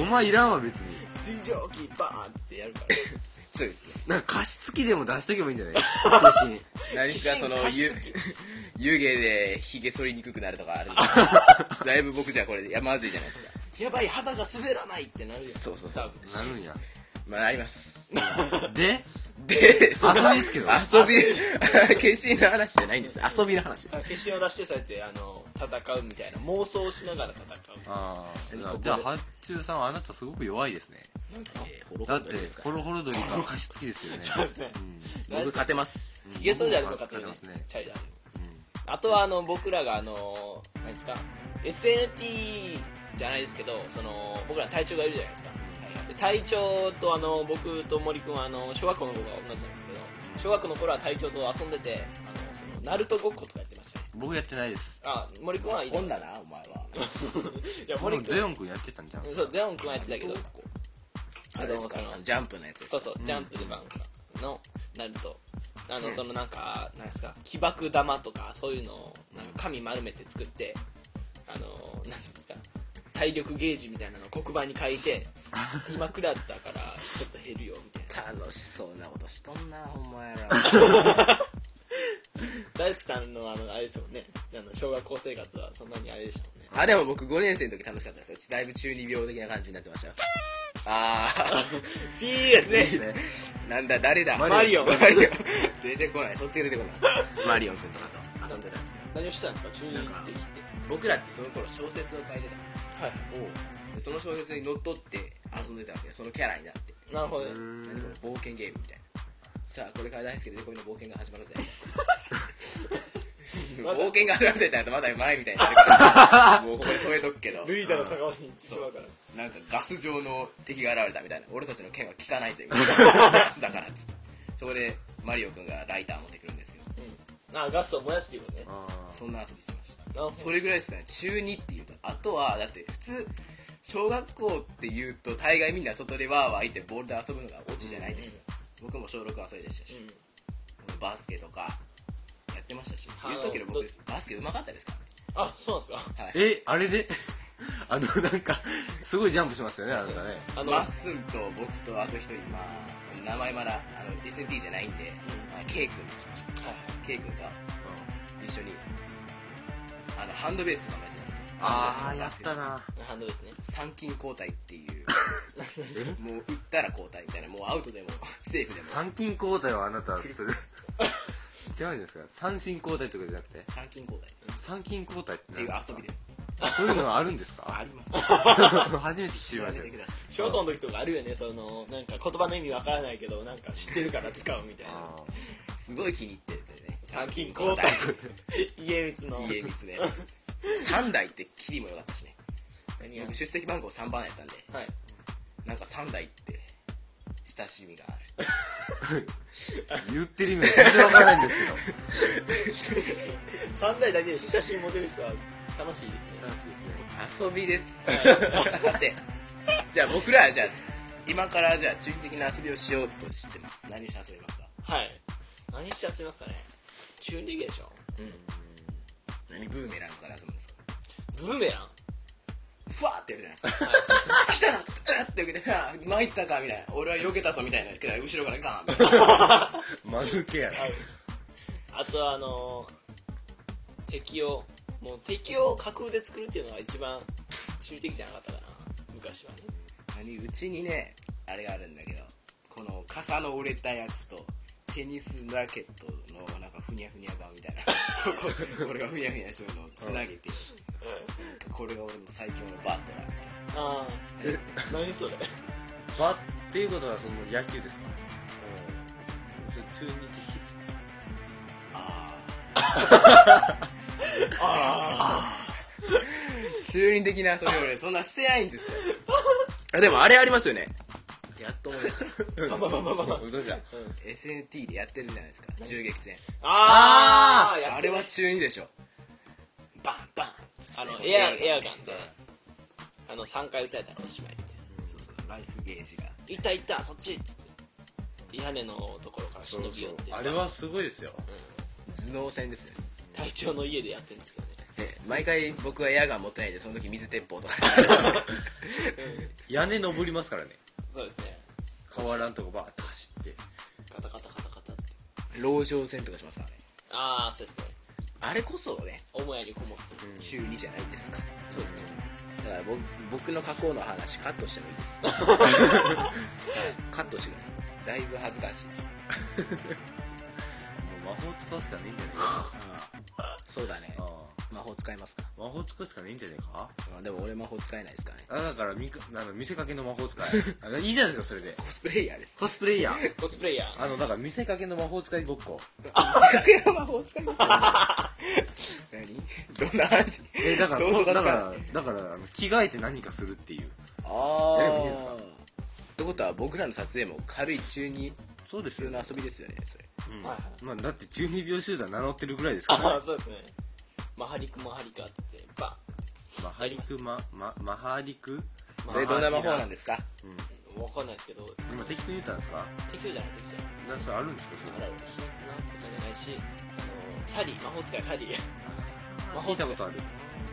お前いらんわ別に
水蒸気バーンってやるから
そうですね
なんか加湿器でも出しとけばいいんじゃない
何かその
化身加
湯
湿器
湯気でひげ剃りにくくなるとかある だいぶ僕じゃこれいやまずいじゃないですか
やばい肌が滑らないってなるやん
そうそうそう
なるんや
まああります
で
で遊
遊びですけど
び 決心の話じゃないんです遊びの話です
化身を出してされてあの戦うみたいな妄想しながら戦う
ああじゃあ八中さんはあなたすごく弱いですね
なんですかホロホロ
だって
鳥ですか
ホロホロ鳥が加湿器ですよね
そうですね
僕勝てます
ヒゲソルジャーでも勝てるね
勝てますね
チャリダーでもあとはあの僕らがあの何ですか SNT じゃないですけどその僕ら隊長がいるじゃないですかで隊長とあの僕と森君はあの小学校の頃が同じなんですけど小学校の頃は隊長と遊んでてあのそのナルトごっことかやってましたね
僕やってないです
あ森君はいい
ほん
い
だなお 前は
や
で
森
もゼ
君
オン君やってたんじゃん
そうゼオン君はやってたけど
あれですか
あのその
ジャンプのやつです
そうそう、ジャンプで漫画のナルトあの、そのなんかなんですか起爆玉とかそういうのをなんか紙丸めて作ってあのなんですか体力ゲージみたいなのを黒板に書い て今下ったからちょっと減るよみたいな
楽しそうなことしとんなお前 ら
大輔さんのあのあれですよねあの小学校生活はそんなにあれでしたもんね
あでも僕5年生の時楽しかったですよだいぶ中二病的な感じになってましたよあ
ピーですね
あ なんだ誰だ
マ
マリオン
マリオン 出てこないそっちが出てこない マリオン君とかと遊んでたんですけど
何をしてたんですか中
なん
二
か
ってきて
僕らってその頃小説を書いてたんです
はい
でその小説にのっとって遊んでたわけでそのキャラになって
おなるほどね
何この冒険ゲームみたいなさあこれから大輔でこいの冒険が始まるぜ冒険が始 まるぜってなるとまだ前みたいになる からもうここで止めとくけど
ルイダの坂本に行ってしまうから
なんかガス状の敵が現れたみたいな俺たちの剣は効かないぜ みたいなガスだからっつってそこでマリオくんがライター持ってくるんですけど
ああガスを燃やすっていうことね
そんな遊びしてました
なるほど
それぐらいですかね中2っていうとあとはだって普通小学校っていうと大概みんな外でワーワーいてボールで遊ぶのがオチじゃないですか、僕も小6はそれでしたし、バスケとかやってましたし
あの
言っとくけど
ど
僕バスケうまかったですか
あそうなんですか
ら、はい、
え、あれで あの、なんか、すごいジャンプしますよね、あなたね。
あの
まっすんと僕とあと一人まあ名前まだあの SNT じゃないんで、まあ、K 君としましょう
はい
K 君と一緒にあのハンドベースとかもやってたんですよ
あ
ハン
あ、
ドベ
や
ース
ったな。
ハンドですね
参勤交代って いうもう打ったら交代みたいなもうアウトでもセーフでも
参勤交代はあなたす る。違うんですか三振交代とかじゃなくて
参勤交代っ
参勤交代って
ていう
何です
遊
か
びです
そういうのがあるん です
あ
か
ります
初めて聞き
調
ま
べ
した
て
よ
ください
小学校の時とかあるよねそのなんか言葉の意味わからないけどなんか知ってるから使うみたいな
あ
すごい気に入ってるんでね
参勤交代 家光の
家光のやつ3代ってキリも良かったしね
何が
僕出席番号3番やったんで
はい
なんか3代って親しみがある
ー言ってる意味が全然わからないんですけど
3代だけで親しみ持てる人は楽しいですね
楽しいですね
遊び ですさてじゃあ僕らはじゃあ今からじゃあ中期的な遊びをしようとしてます何して遊びますか
はい何して遊びますかねチューンリーグでしょ
何ブーメランから遊ぶんですか
ブーメラン
ふわーってやるじゃないですか来たなっつってうわーって受けてあー参ったかみたいな俺は避けたぞみたいな後ろからガーンみたいな
マヌケやな
あとはあのー敵をもう敵を架空で作るっていうのが一番中的じゃなかったかな昔はね
何うちにねあれがあるんだけどこの傘の折れたやつとテニスラケットのなんかふにゃふにゃ版みたいなここ俺がふにゃふにゃしてるのをつなげて、これが俺の最強のバットだみたいな
ああ 何それ
バっていうことはその野球ですか中 二的
あー中二的な遊び俺そんなしてないんですよあでもあれありますよねやっと思い出した
まあまあまあまあまあ
どうした
SNT でやってるじゃないですか銃撃戦
あーや
あ
って
れ
る
は中二でしょバンバン
あのエアエアガンであの3回撃たれたらおしまいみたいな
そうそうライフゲージが
「いたいたそっち!」っつって屋根のところから忍び寄って
あれはすごいですよ
頭脳戦ですよね
隊長の家でやってるんですけどね
で毎回僕はエアガン持ってないんでその時水鉄砲とか
屋根登りますからね
そうですね
河原のとこバーって走って
カタカタカタカタって
籠城戦とかしますからね
ああそうですね
あれこそね
母屋にこもって
中二じゃないですか
そうですね
だから僕僕の過去の話カットしてもいいです カットしてくださいだいぶ恥ずかしいです
もう魔法使うしかねえんじゃね
そうだね
えか
魔法使いますか、
魔法使うしかねえんじゃねえか
まあ、でも俺魔法使えないですからね
あだからみかあの見せかけの魔法使いあいいじゃないですかそれで
コスプレイヤーです
コスプレイヤー
コスプレイヤー
あのだから見せかけの魔法使いごっこ
せっかく魔法使いだったのに何どんな話
えだ から
想像
こ
が
だ
つか
か
ない
らだからあの着替えて何かするっていう
あ
やればいいんじゃない
ーってことは僕らの撮影も軽い中二
そうです
中の遊びですよねそれ
はいはい
まあ、だって12秒集団名乗ってるぐらいですから、
あ あそうですねマハリクマハリカっつってバ
マハリクマ、ま、マハリク
それどんな魔法なん
で
ですか
ンわかんないですけど
今適当に言ったんですか
敵じゃない敵じゃない
なんそれあるんですか
あら秘密なお茶じゃないしあのサリー魔法使いサリー
そ
魔
れ
法
聞い
使
たことある
マハリクマハリカですよ
何で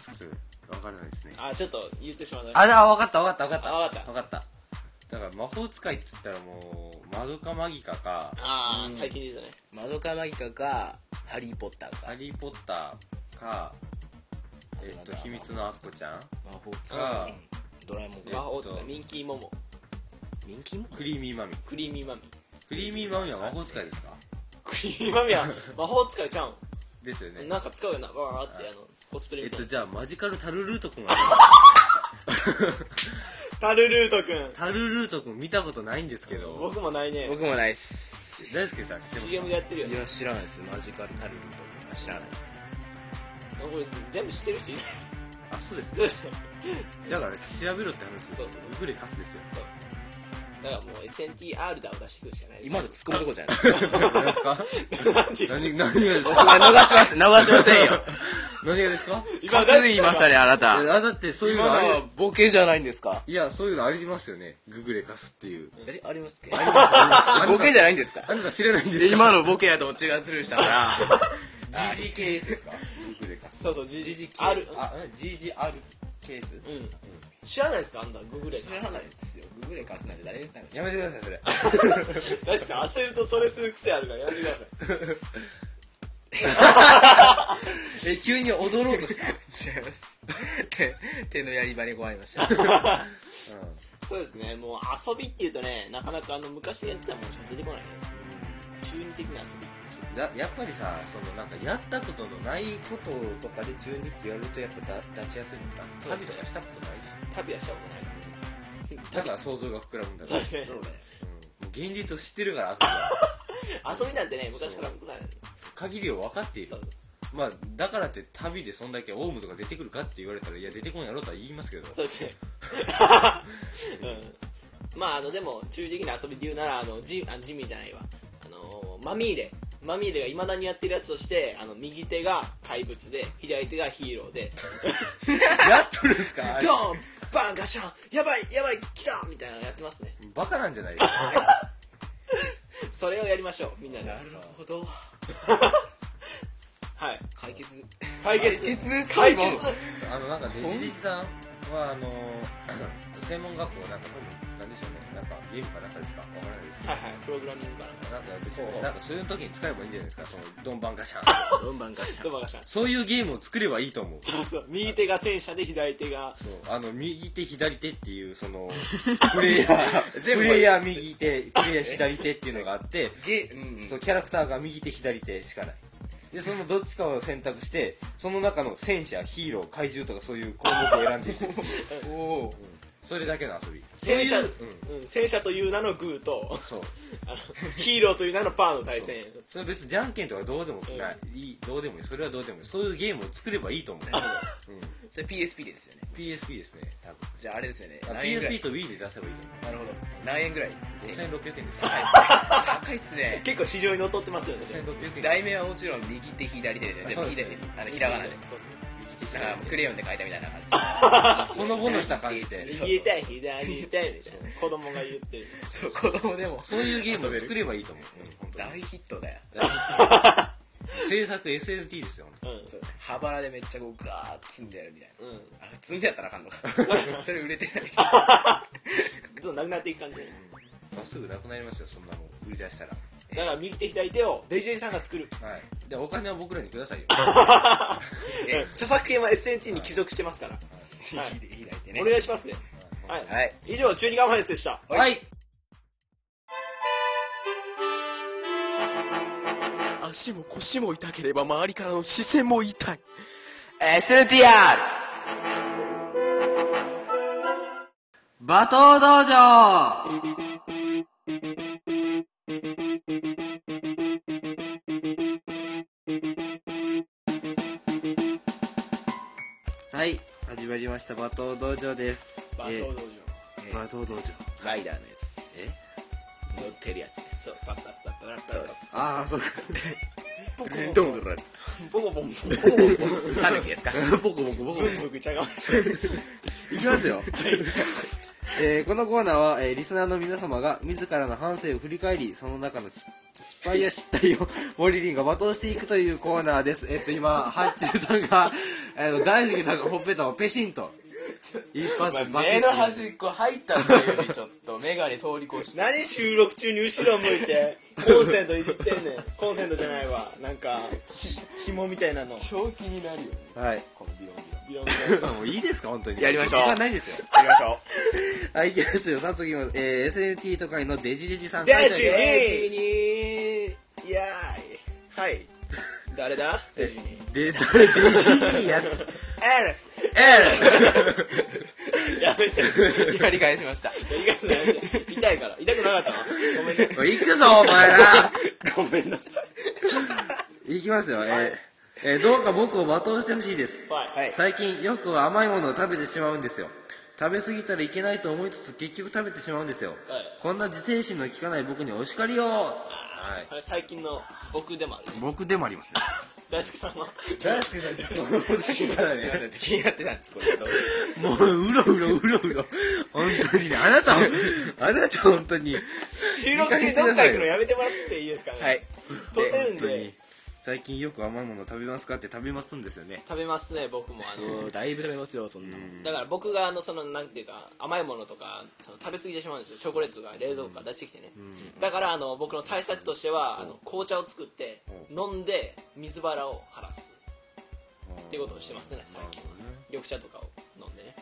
すかそれわからないですね
あちょっと言ってしまう
あら分かった分かった分かった
あわかった
わかっただから魔法使いって言ったらもうマドカマギカか
ああ最近でじゃない
マドカマギカかハリー・ポッター
ハ
か
リー・ポッター
あ
かえっと秘密のアッコちゃん
魔法使
が
い、うんドラえもん
え
魔
か
法使
えっ
い
と
ミンキーモモ
人気も
クリーミーマミ
クリーミーマミ
クリーミーマミは魔法使いですか
クリーミーマミは魔法使いちゃうん
ですよね
なんか使うよなわーってあのコスプレ
えっ
みたい
と
な、
じゃあマジカルタルルートくんは
タルルートくん
タルルートくん見たことないんですけど
僕もないね
僕もないっす
大輔さん知ってます
CM でやってるよ
い
ね
や知らないですマジカルタルルとか知らないです
これ全部知ってる人いない
あそうです
そうですね
だから調べろって話です
そう
よ
そう
ウグレカスですよ
そうだからもう SNTR だを出していくしかない
今の突っ込むとこ じゃない
何ですか
なんていう
何何がです
僕
か
は逃します逃しませんよ
何がですか
今
かすいましたねあなた
えあだってそういう
今の
のあれ
はボケじゃないんですか
いやそういうのありますよねググレカスっていう
えありますっけボ
ボ
ケじゃないんですか
あなた知らないんですか
今のボケやと思って違うスルーしたから
GG ケースですかググレカス
そうそう GGR
あうん GGR ケース
うん知らないですかあんたググレ
知らないですよググレカスなんて誰が言ったんですか
やめてくださいそれ
大輔さん焦るとそれする癖あるからやめてください
え急に踊ろうとした
違います手手のやり場に困りました
そうですねもう遊びっていうとねなかなかあの昔やってたものしか出てこないね中二的な遊び
ややっぱりさそのなんかやったことのないこととかで中二ってやるとやっぱだ出しやすいのか
そうです
旅とかしたことないし
旅はしたことない
だから想像が膨らむんだ
そう
ろう
ですね
そうだよ
もう現実を知ってるから遊びは
遊びなんてね昔から僕らね
限りを分かっている
そう
まあだからって旅でそんだけオウムとか出てくるかって言われたらいや出てこんやろとは言いますけど
そうですねうんまああのでも中二的な遊びで言うならあのジあジミーじゃないわあのマミーレマミーレがいまだにやってるやつとしてあの右手が怪物で左手がヒーローで
やっとるんですかあれ
ドーンバンガシャンやばいやばい来たみたいなのやってますね
バカなんじゃないですか
それをやりましょうみんなで
なるほど
はい
解決
解決
解決
解決
あのなんかデジデジさんはあの専門学校なんか多分なんでしょうねなんかゲームかなんかですかわからないですけど
はいはいプログラミングかなんか
なんかですよねなんかそういう時に使えばいいんじゃないですかそのドンバンガシャン
どんばんかし
ドーンバンガシャン
そういうゲームを作ればいいと思う
そうそう右手が戦車で左手が
そうあの右手左手っていうそ のプレイヤー
全部
プレイヤー右手プレイヤー左手っていうのがあって
ゲうんうん
そうキャラクターが右手左手しかないでそのどっちかを選択してその中の戦車ヒーロー怪獣とかそういう項目を選んでいく
おお
それだけの遊び
戦車
そういう
うん戦車という名のグーと
そう
あのヒーローという名のパーの対戦
それ別にじゃんけんとかどうでもない,、いいどうでもいいそれはどうでもいいそういうゲームを作ればいいと思う、う
それ PSP ですよね
ん、PSP ですね多分
じゃああれですよね
あ
何円ぐら
PSP
い
と Wii で出せばいいと
なるほど何円ぐらい
思う5600円です
高いっすね
結構市場にのっとってますよね
5600円
題名はもちろん右手左手ですよね
そうです
でも左あのひらがなで
そうそう
右手
なんかもうク
左
レヨンで書いたみたいな感じ
手ほのぼのした感じで
右手左手みたいな子供が言ってる
そう子供でも
そういうゲームを作ればいいと思う、うん、本当に
大ヒットだよ
制作 SLT ですよ
うん
そう羽腹でめっちゃこうガーッ積んでやるみたいな
うん
あ積んでやったらあかんのかそれ売れてない
どんどんなくなっていく感じ
まっすぐなくなりますよそんなもん売り出したら
だから右手左手をデジェイさんが作る
はい、でお金は僕らにく ださいよ
え
うん著作権は SNT に帰属してますから
左手左手ね
お願いしますねはい
はい
以上中二ガンファレンスでした
はい
足も腰も痛ければ周りからの視線も痛い SNTR 馬頭道場
はい始まりました馬頭道場です
バトル道場
え馬頭道場
ライダーのやつえ乗ってるやつです
そうパッパッパッパッパ
そ
ッパッ
うです
ああそうか
ポコ
ドンドラリ
ポコポンポ
タヌキですか
ボコボコボコ
コブンブクちゃが
いきますよ、えーこのコーナーは、えーリスナーの皆様が自らの反省を振り返りその中の失失敗や失態をモリリンが罵倒していくというコーナーですえっと今ハッチュさんがあの大好きさんがほっぺたをペシンと一発バキ
目
ッ
の端っこ入ったのよりちょっと眼鏡通り越して
何収録中に後ろ向いてコンセントいじってんねんコンセントじゃないわなんかひ紐みたいなの
正気になるよね
はい
このビロンビロン
ビアンコ
もういいですか本当に
やりましょう
時間ないですよ
行きましょ
はいいきますよ早速いきますえー SNT 都会のデジデジさん
デ
はい
ジ
う。
デジ
に
いやーいはい誰だデジニ
で誰デジニーやっ
ーやめて
やり返しました。
いや痛いから痛いから痛くなかったわごめんね
おい行くぞお前ら
ごめんなさい
行きますよ、えーえーどうか僕を罵倒してほしいです
はい、
はい
最近よく甘いものを食べてしまうんですよ食べ過ぎたらいけないと思いつつ結局食べてしまうんですよ、こんな自制心の効かない僕にお叱りをはい
あれ最近の僕でもある
僕でもありますね
大輔さんは
大好きさんってこのお叱りだ
すいま
ね
せん、気になってたんです、これ。どう
もううろうろうろうろ本当にねあなた あなた本当に
収録中どっか行くのやめてもらっていいですかね
はい。
撮ってる
本
ん
当
で
に最近よく甘いもの食べますかって食べますんですよね
食べますね僕もあの
だいぶ食べますよ、そんなもん。
だから僕があのそのなんていうか甘いものとかその食べ過ぎてしまうんですよチョコレートとか冷蔵庫から出してきてね、だからあの僕の対策としてはあの紅茶を作って飲んで水腹を晴らすっていうことをしてますね最近は緑茶とかを飲んでね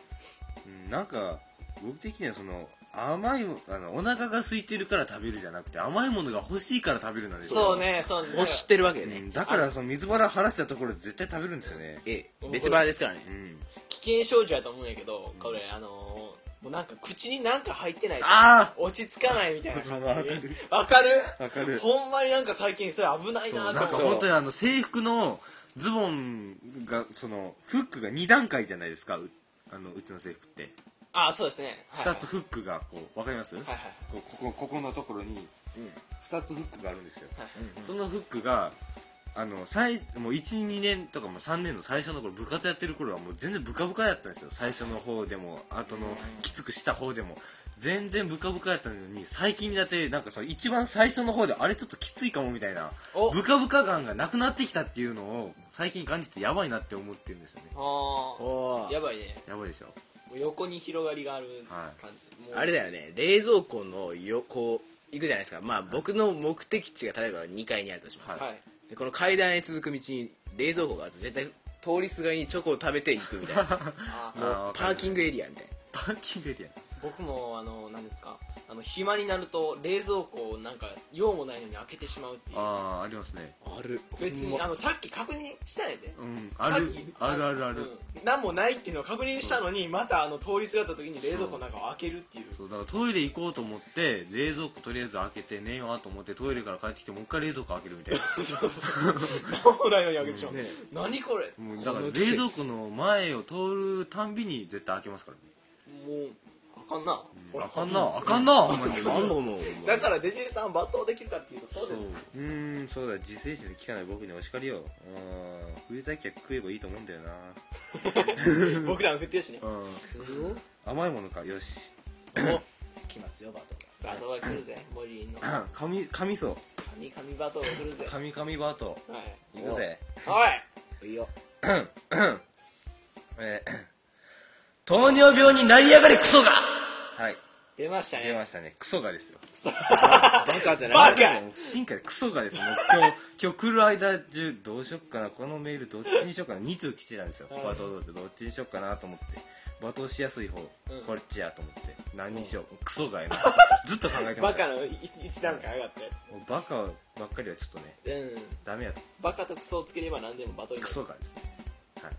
うんなんか僕的にはその甘いあのお腹が空いてるから食べるじゃなくて甘いものが欲しいから食べるなんですよ
そうねそうね
押してるわけね。
だからその水腹晴らしたところで絶対食べるんですよね
ええ、別腹ですからね。
うん
危険症状やと思うんやけどこれあのーもうなんか口になんか入ってないと
あ
落ち着かないみたいな感じ
わかる
わかる
わかる
ほんまになんか最近それ危ないな
なん
と
か
思う
本当にあの制服のズボンがそのフックが2段階じゃないですかうあのうちの制服って
あそうですねはい
2つフックがこうわかりますこ
はいは
うここここのところに2つフックがあるんですよ
はい
そのフックがあの最もう12年とかもう3年の最初の頃部活やってる頃はもう全然ブカブカやったんですよ最初の方でも後のきつくした方でも全然ブカブカやったのに最近になってなんかその一番最初の方であれちょっときついかもみたいな
お
ブカブカ感がなくなってきたっていうのを最近感じてやばいなって思ってるんですよね
あー
おー
やばいね
やばいでしょ
もう横に広がりがある
はい
感じ、もう
あれだよね、冷蔵庫の横、行くじゃないですか。まあ、僕の目的地が例えば2階にあるとします。
はい
でこの階段へ続く道に冷蔵庫があると絶対通りすがりにチョコを食べていくみ たいな
あ
あーわ
パ
か
ー
る
キングエリアみたいな
パーキングエリア
僕もあの何ですかあの暇になると冷蔵庫をなんか用もないのに開けてしまうっていう
ああありますね
ある
別にあのさっき確認したんやで、
うんある
さっき
あるあるある、
うん何もないっていうのを確認したのにまたあの通り過ぎた時に冷蔵庫の中を開けるっていう
そうだからトイレ行こうと思って冷蔵庫とりあえず開けて寝ようと思ってトイレから帰ってきてもう一回冷蔵庫開けるみたいな
そう そう何もないのに開けてしまう、何これも
もうだから冷蔵庫の前を通るたんびに絶対開けますからね
うあかんな、ほら
あかんなあかんなお前
あんのもう
だからデジリさん罵倒できるかっていうとそうで
そう
もないう
ーんそうだ自制心で聞かない僕にお叱りようん冬酒は食えばいいと思うんだよな
僕らも振ってるしね
うん甘いものかよし
お来ますよバト
バトが来るぜ森の
神神そう
神々バトが来るぜ
神神バート
はい
行くぜ
おい
ルいいよ
えー 糖尿病になりやがれクソがはい
出ました
出
ね
ましたねクソがですよ
バカじゃな
バ
い
カ
進化でクソがですもう今日 今日来る間中どうしよっかなこのメールどっちにしよっかな2通来てたんですよ
はい
罵倒どっちにしよっかなと思って罵倒しやすい方、
うん
こっちやと思って何にしよう、クソ がやなずっと考えてま
バ
した
カの一一段階上がったや
もうバカばっかりはちょっとね
つうん
ダメや
バカとクソをつければ何でもバトにな
ク
る
ソがですねはい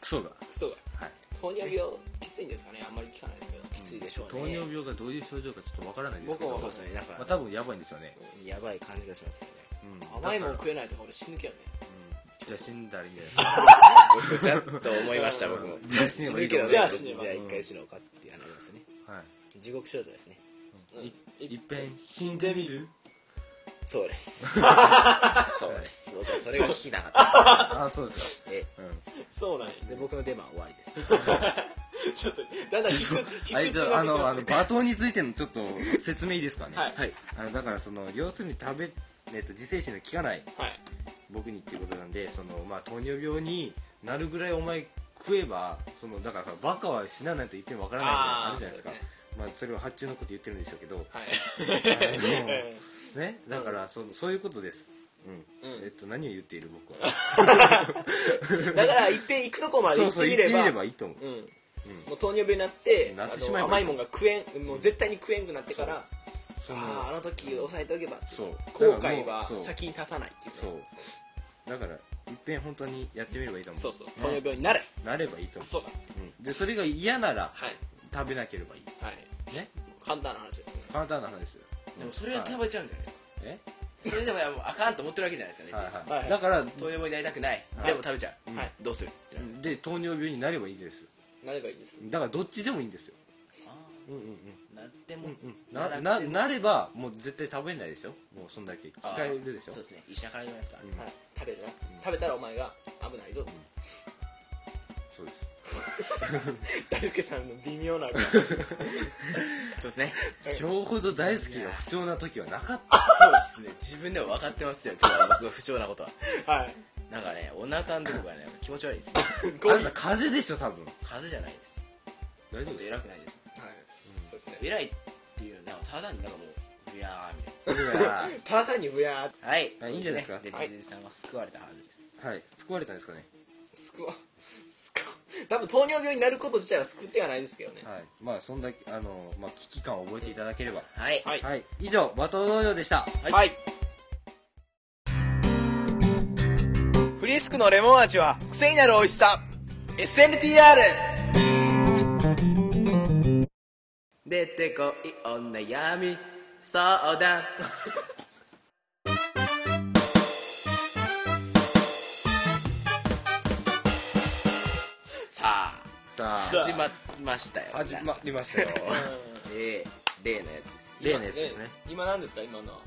クソが
クソが
はい
糖尿病きついんですかねあんまり聞かないですけど
きついでしょうね
糖尿病がどういう症状かちょっとわからないですけど
僕
そう
も
ですねなんか、
まあ、多分やばいんですよね、
やばい感じがしますよね
うん
甘いもん
だか
食えないとこ俺死ぬけどね
らじゃあ死んだらいいんじゃない
僕ちゃんと思いました僕も
じゃあ死ねばいいと思う
じゃあ
じゃあ死ねば
一回死のうかってなりますね
ですか、は
地獄少女です ね
い、いいっぺん死んでみる
そうですそうです僕はそれが聞きたかった
あそうです
え
かうん
そうなんや
で僕の出番終わりです
ちょっとだんだん引く
あ
引
い
く
つあのあの罵倒についてのちょっと説明いいですかね、
はい
はい
あのだからその要するに食べ、えっと、自制心の効かない
はい
僕にっていうことなんでその、まあ、糖尿病になるぐらいお前食えばそのだからバカは死なないといっぺんわからないみたいなのあるじゃないですか
あーそう
まあ、それは発注のこと言ってるんでしょうけど、
はい
ね、だからそのそういうことです、うん、
うん
えっと何を言っている僕 は
だから一遍行くとこまで
そ
行
う
って
そう
み
言っ
れ
てみれ
ば
ばいいと思う、
うんもう糖尿病になって
なって
あ
し
の
まえば
甘いもんが食えんもう絶対に食えんくなってから
その
あああの時抑えておけばって
そう
後悔は
そう
先に立たないっていうか
そうだからいっぺん本当にやってみればいいと思う
そうそう
ね
糖尿病になれ
なればいい
ク
と思
ソが
う、うんでそれが嫌なら
はい
食べなければいい
はい
ね
簡単な話ですね
簡単な話ですよ
でもそれは食
べ
べちゃうんじゃないですかそれでもいやもうあかんと思ってるわけじゃないですかねジェイさん
はいはい
だから
糖尿病になりたくない、
はい
でも食べちゃう、
はい
どうする
で糖尿病になればいいですよ
なればいいです
だからどっちでもいいんですよ
あ
うんうん
ーなっても、
うんな
な
な
くても
なればもう絶対食べないですよもうそんだけ
あー
控えるでしょ
そうですね医者から言われますから、
うん
はい食べるな食べたらお前が危ないぞ
そうです
大輔さんの微妙な
そうですね
今日ほど大好きが不調な時はなかっ
そうですね自分でも分かってますよ今日は僕が不調なことは
はい
なんかねお腹のとこがね気持ち悪いです
た
ゴ
あ
ミ
ん
は
た
い
風邪でしょ多分
風邪じゃないです
大
ちょ
丈夫
っと
です
偉くないです
そうですね
偉いっていうのはただになんかもういやーみたい
いや
ただ単にうやー
なはい、
あいいんじゃないですか
で
はい
ジェイさんは救われたはずです
ーはい救われたんですかね
救わ救わ多分糖尿病になること自体は救ってはないですけどね
はいまあそんだけあのまあ危機感を覚えていただければ
はい、
はい
はい以上バト道場でした
はい
はい
フリスクのレモン味は癖になる美味しさ SNTR 出てこいお悩み相談さあ
さあ
さ
始まりましたよ
始まりましたよ
例例のやつです
例のやつですね
今何ですか今のは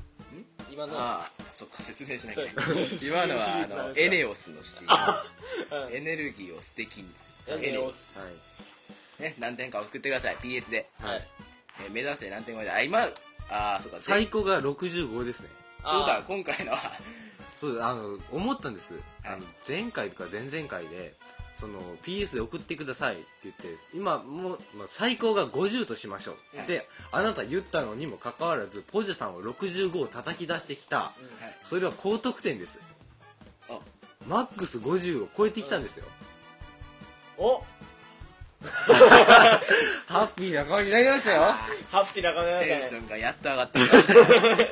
今の
あ
は
あそっか説明しなきゃいけな
そう
い
です
今の
シリ
は
ーズな
あ
ん
の
です
エ
か
ネオスのシー
う
ン
ん
エネルギーを素敵に
エネオス
はい
ね、何点か送ってください PS で、
はい
えー目指せ何点超えであ今ああそうかで
最高が65ですね
ということは
あ
今回のは
そうあの思ったんです、あの前回とか前々回でその PS で送ってくださいって言って今もう、まあ、最高が50としましょう、
はい
であなた言ったのにもかかわらずポジョさんは65を叩き出してきた、
はい
それは高得点です
あ
マックス50を超えてきたんですよ、
お
ハッピーな顔になりましたよ
ハッピーな感じ
テ
だ
ン
ね
シ
そう
ョンがやっと上が ってきましたね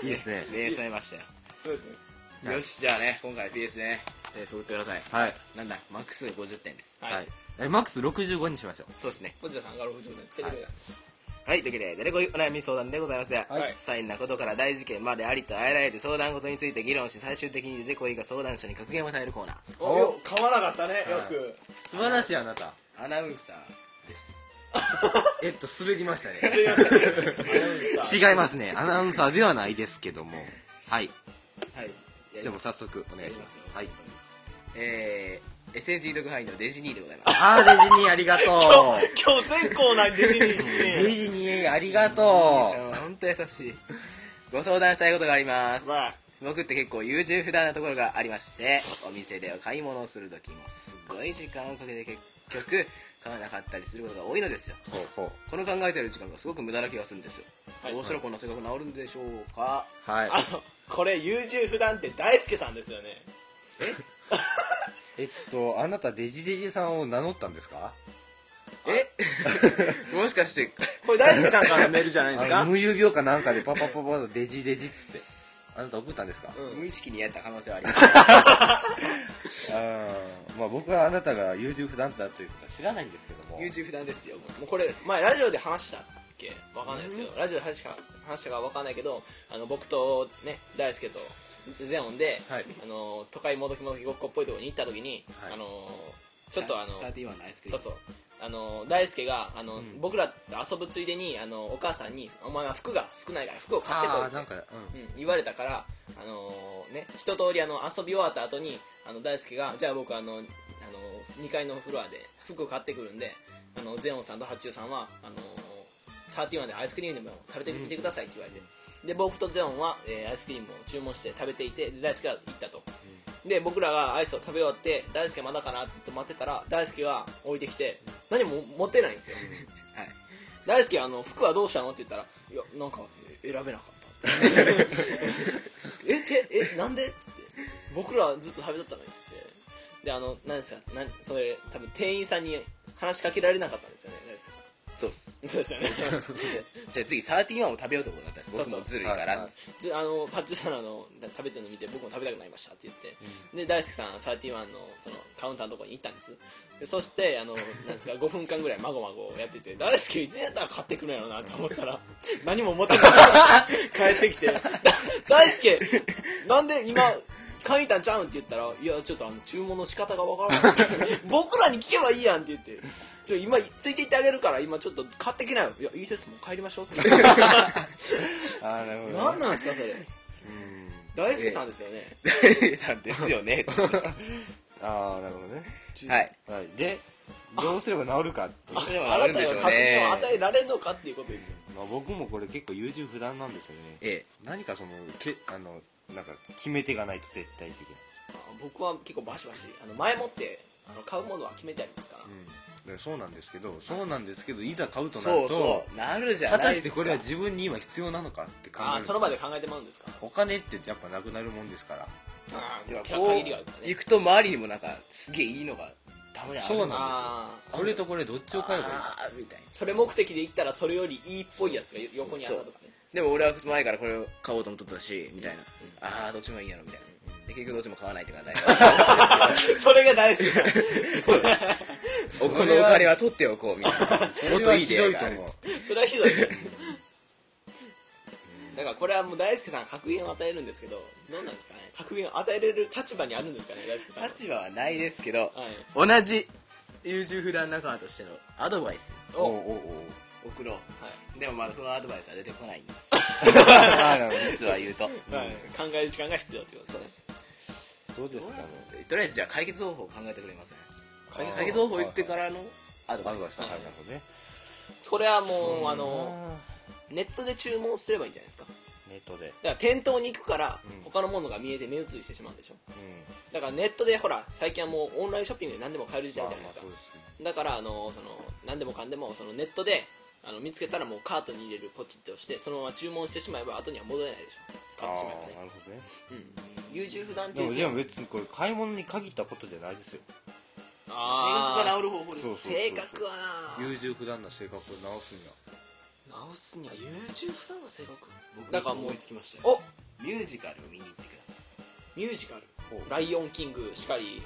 いいですね
目覚めましたよ、
ですね
はい
よしじゃあね今回 PS ね点数送ってください
はい、
なんだマックス50点です
はい
はい
えマックス65にしましょう
そうですね
ポジタさんが60点つけてくれた
はい、というわけで、誰こいお悩み相談でございます。はい些細なことから大事件までありとあらゆる相談事について議論し、最終的に出てこいが相談者に格言を与えるコーナー。
およ買わなかったねよく
素晴らしいあなた
アナウンサーです。
えっと滑りましたね
すいませんアナウンサー
違いますねアナウンサーではないですけどもはい
はい。や
じ
り
ゃあも
ま
う
す
早速お願いしますはい
えー、SNT 特派員のデジニーでございます。
あーデジニーありがと
今日全コーナーにデジニー出
うデ
演
ジニーありが
さ
と
んは本当優しい。ご相談したいことがあります。
わあ
僕って結構優柔不断なところがありましてお店でお買い物をする時もすごい時間をかけて結局買わなかったりすることが多いのですよ
うほうほ
この考えてる時間がすごく無駄な気がするんですよ、
はい
どうしたらこんな性格治るんでしょうか
うはい
あのこれ優柔不断って大輔さんですよね
えっとあなたデジデジさんを名乗ったんですか
えもしかして
これ大輔さんからのメールじゃないです
あ
か
の無遊病かなんかでパパパパとデジデジっつってあなた送ったんですか、
うん
無意識にやった可能性はあります
あーまあ僕はあなたが優柔不断だということは知らないんですけども
優柔不断ですよ僕
もうこれ前ラジオで話したっけわかんないですけど、ラジオで話したか話したかわかんないけどあの僕とね大輔とゼオンで、
はい
あの都会もどきもどきごっこっぽいところに行った時に、
はい
あのちょっとあの
サーティワンのアイスクリー
そう
ム
そうあの大輔があの、僕らと遊ぶついでにあのお母さんに「お前は服が少ないから服を買ってこい」
あ
っ
あ
て
なんか、うん、
うん、言われたから、あのーね、一通りあの遊び終わった後にあの大輔がじゃあ僕あの、あの2階のフロアで服を買ってくるんであのゼオンさんと八中さんはあのー、31でアイスクリームでも食べてみてくださいって言われて、で僕とゼオンは、えーアイスクリームを注文して食べていてで大輔は行ったと、で僕らがアイスを食べ終わって大輔まだかなってずっと待ってたら大輔が置いてきて何も持ってないんですよ
はい
大輔あの服はどうしたのって言ったら「いやなんかえ選べなかった」ってえけえなんで?」っつって僕らずっと食べとったのにっつってであの何ですかなんそれ多分店員さんに話しかけられなかったんですよね何ですか
そうっす
そうですよね
じゃあ次31を食べようと思ったんです僕もずるいか
はい
ら
はい
っつって
ずあのパッチュさんのあのだ食べてるの見て僕も食べたくなりましたって言って、で大輔さんサーティワンのそのカウンターのところに行ったんですでそしてあのなんですか5分間ぐらいまごまごやってて大輔いつやったら買ってくるんやろなと思ったら何も持ってなかった帰ってきて だ大輔なんで今買いに行ったんちゃうんって言ったら「いやちょっとあの注文の仕方がわからない」僕らに聞けばいいやん」って言って「ちょ今ついていってあげるから今ちょっと買ってきなよ」「いやいいですもう帰りましょう」って
ああなるほど、
何なんですかそれ大輔さんですよね、
なんですよね
ああなるほどね、
はい
はい、でどうすれば治るかっていう
どうしても
あ
あ
な
るん
た
で
が
しょう
確認を
ね
与えられるのかっていうことですよ
まあ、僕もこれ結構優柔不断なんですよね
ええ
何かそのけあのなんか決め手がないと絶対的な、
僕は結構バシバシあの前もってあの買うものは決めてありますから、
うん、だからそうなんですけどそうなんですけどいざ買うとなる
そ
と
うそうなるじゃ
果
な
た
い
し
です
て
か
これは自分に今必要なのかって考える
あ
ん
あ
です
そ
よ
の場で考えてもらうんですか
お金ってやっぱなくなるもんですから
ああ
では
こ
こ
う
う
限りがあるからね
行くと周りにもなんかすげえいいのがたまにある
そうなんですよ
ああ
これとこれどっちを買えばいいか
あーみたいな
それ目的で行ったらそれよりいいっぽいやつが横にあったとかね
でも俺は前からこれを買おうと思っとったしみたいな、ああどっちもいいやろみたいな、で結局どっちも買わないって感じ
それが大好きな
おこのお金は取っておこうみたい なもっといい
ひ
出会
ど
い
い
が
と
ある
思う
それはひどいねだからこれはもう大輔さん格言を与えるんですけどどうなんですかね格言を与えれる立場にあるんですかね大輔さんは
立場はないですけど、
はい
同じ優柔不断仲間としてのアドバイス
お
おう
は
おうおう
送ろうでもまだそのアドバイスは出てこないん です
あーなるほ
実は 言うと
い、はい、考える時間が必要ということ
そう
で
ですす
どどうですかね
とりあえずじゃあ解決方法を考えてくれません
解
解決方法言ってからのアド
ア
バイ
ドバイ
ス
スはいなるほどね
これはもうあの
あ
ネットで注文すればいいんじゃないですかだか
ーネットで
ら店頭に行くから
うん
他のものが見えて目移りしてしまうんでしょ
うん
だからネットでほら最近はもうオンラインショッピングで何でも買える時代
ま
じ
あ
ゃないで
まあ
すか
そうですね
だからあのその何でもかんでもそのネットであの見つけたらもうカートに入れるポチッと押してそのまま注文してしまえば後には戻れないでしょ買ってしまえば
あーな
ね
るほどね
うん優柔不断って
で
いう
もでも別にこれ買い物に限ったことじゃないですよ
あー
性格が治る方法です
そうそう
性格はな
優柔不断な性格を直すには
直すには優柔不断な性格
僕だ
だか
かららも
も
う
う
思いつきましたよ
お
ミュージカルを見に行ってください
ミュージカル
ほ
「
う
ライオンキング」しかり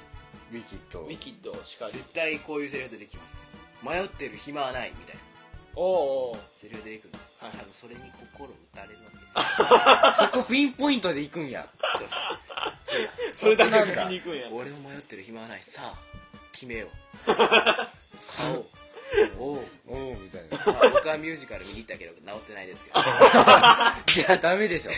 ウィキッ
「
ド
ウィキッド」しかり
絶対こういうセリフ出てきます迷ってる暇はないみたいな
おうおう
セリフ出てくるんです、
はい
多分それに心打たれるわけです
そこピンポイントで行くんや
そう
それだけ聞きに行くんや
俺も迷ってる暇はないさあ決めよう 買おうおう
おおみたいな
まあ僕はミュージカル見に行ったけど治ってないですけど
いやダメでしょ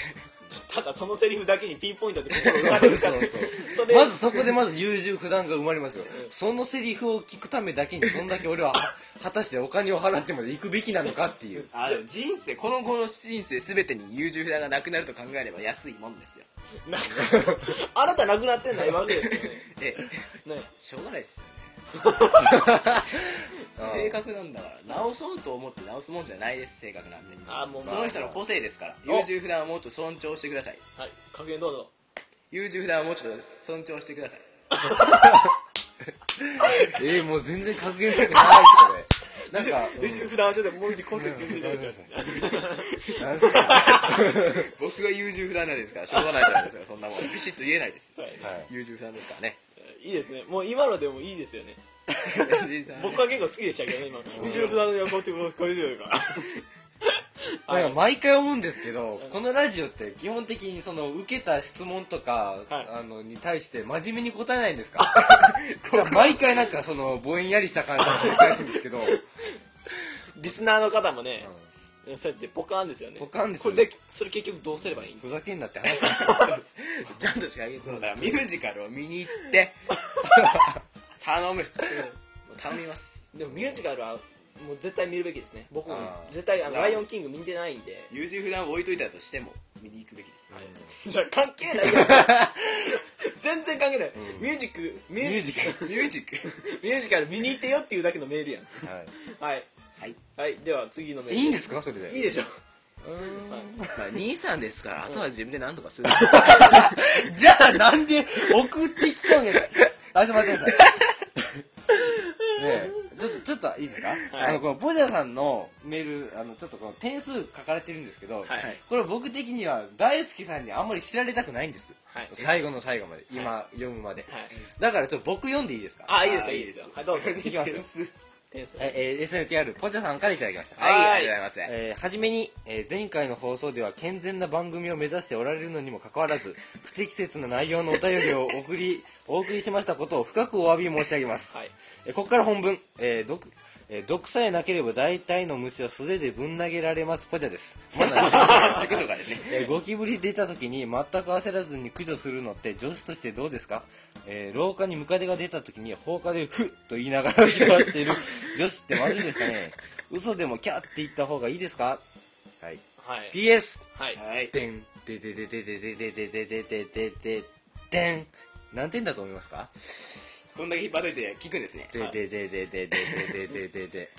ただそのセリフだけにピンポイントで心を打たれるから
そうそう
それ
まずそこでまず優柔不断が生まれますよそのセリフを聞くためだけにそんだけ俺は 果たしてお金を払ってまで行くべきなのかっていう
あでも人生この後の人生全てに優柔不断がなくなると考えれば安いもんですよ
なんかあなたなくなってんのは今までですよね
ええ
ね
しょうがないっす よね性格なんだから直そうと思って直すもんじゃないです性格なんて
あーもう
その人の個性ですから優柔不断をもうちょっと尊重してください
はい加減どうぞ
優柔不断をもうちょっと尊重してください
えー、もう全然格言っぽくないそれなんか、うん
普段はちょっともう一回コンテンツして
なんすかは
僕が優柔不断なんですからしょうがないじゃないですかそんなもんビシッと言えないです
そうやね
い
優柔不断ですから ね
いいですねもう今のでもいいですよね
じいさん
僕は結構好きでしたけどね今後ろ普段のこっちこっちこっちとかはい
なんか毎回思うんですけど、このラジオって基本的にその受けた質問とか、
はい
あのに対して真面目に答えない んですかこれ毎回なんかそのぼんやりした感じが繰り返すんですけど
リスナーの方もねそうやってポカーンですよね
ポカーンです
こ
よ
れ
ね
でそれ結局どうすればいいん
ふざけんなって話す
ちゃんとしか言えそうだからミュージカルを見に行って 頼む頼みます
でもミュージカルはもう絶対見るべきですね僕も
あー
絶対あの「
な
ライオンキング」見てないんで
優柔不断を置いといたとしても見に行くべきです、
じゃあ関係ないよ 全然関係ない、ミュージックミュージック
ミュージック
ミュージカル見に行ってよっていうだけのメールやん
は
はい
はい
はいでは次のメー
い、
ル
いいんですかそれで
いいでしょはい
まあ、兄さんですから、あとは自分で何とかする。
じゃあなんで送ってきたんやあ、ちょっと待ってください。ねえ、ちょっと、ちょっといいですか、あの、このポジャさんのメール、あの、ちょっとこの点数書かれてるんですけど、これ僕的には大好きさんにあんまり知られたくないんです。
はい
最後の最後まで、今、読むまで、
はい
だからちょっと僕読んでいいですか
あいいです
あ
よ
ー
いいですよ はいどうぞ
いきますよ。
点数
ええー SNTR ポチャさんからいただきました。
はい
はい、
ありがとうございます。
えーはじめに、えー前回の放送では健全な番組を目指しておられるのにもかかわらず 不適切な内容のお便りをお送り お送りしましたことを深くお詫び申し上げます、
はい
えーここから本文、えー毒えー毒さえなければ大体の虫は素手でぶん投げられますポチャですまだ
自己紹介ですね。
えーゴキブリ出た時に全く焦らずに駆除するのって女子としてどうですか、えー廊下にムカデが出た時に放火で「ふっ!」と言いながら広がっている女子ってまずいですかね嘘でもキャーって言った方がいいですかはい
はい
PS
はい
はい。
でんででででででででででででででん何点だと思いますか
こんだけ引っ張っといて聞くんですね。
でででででででででで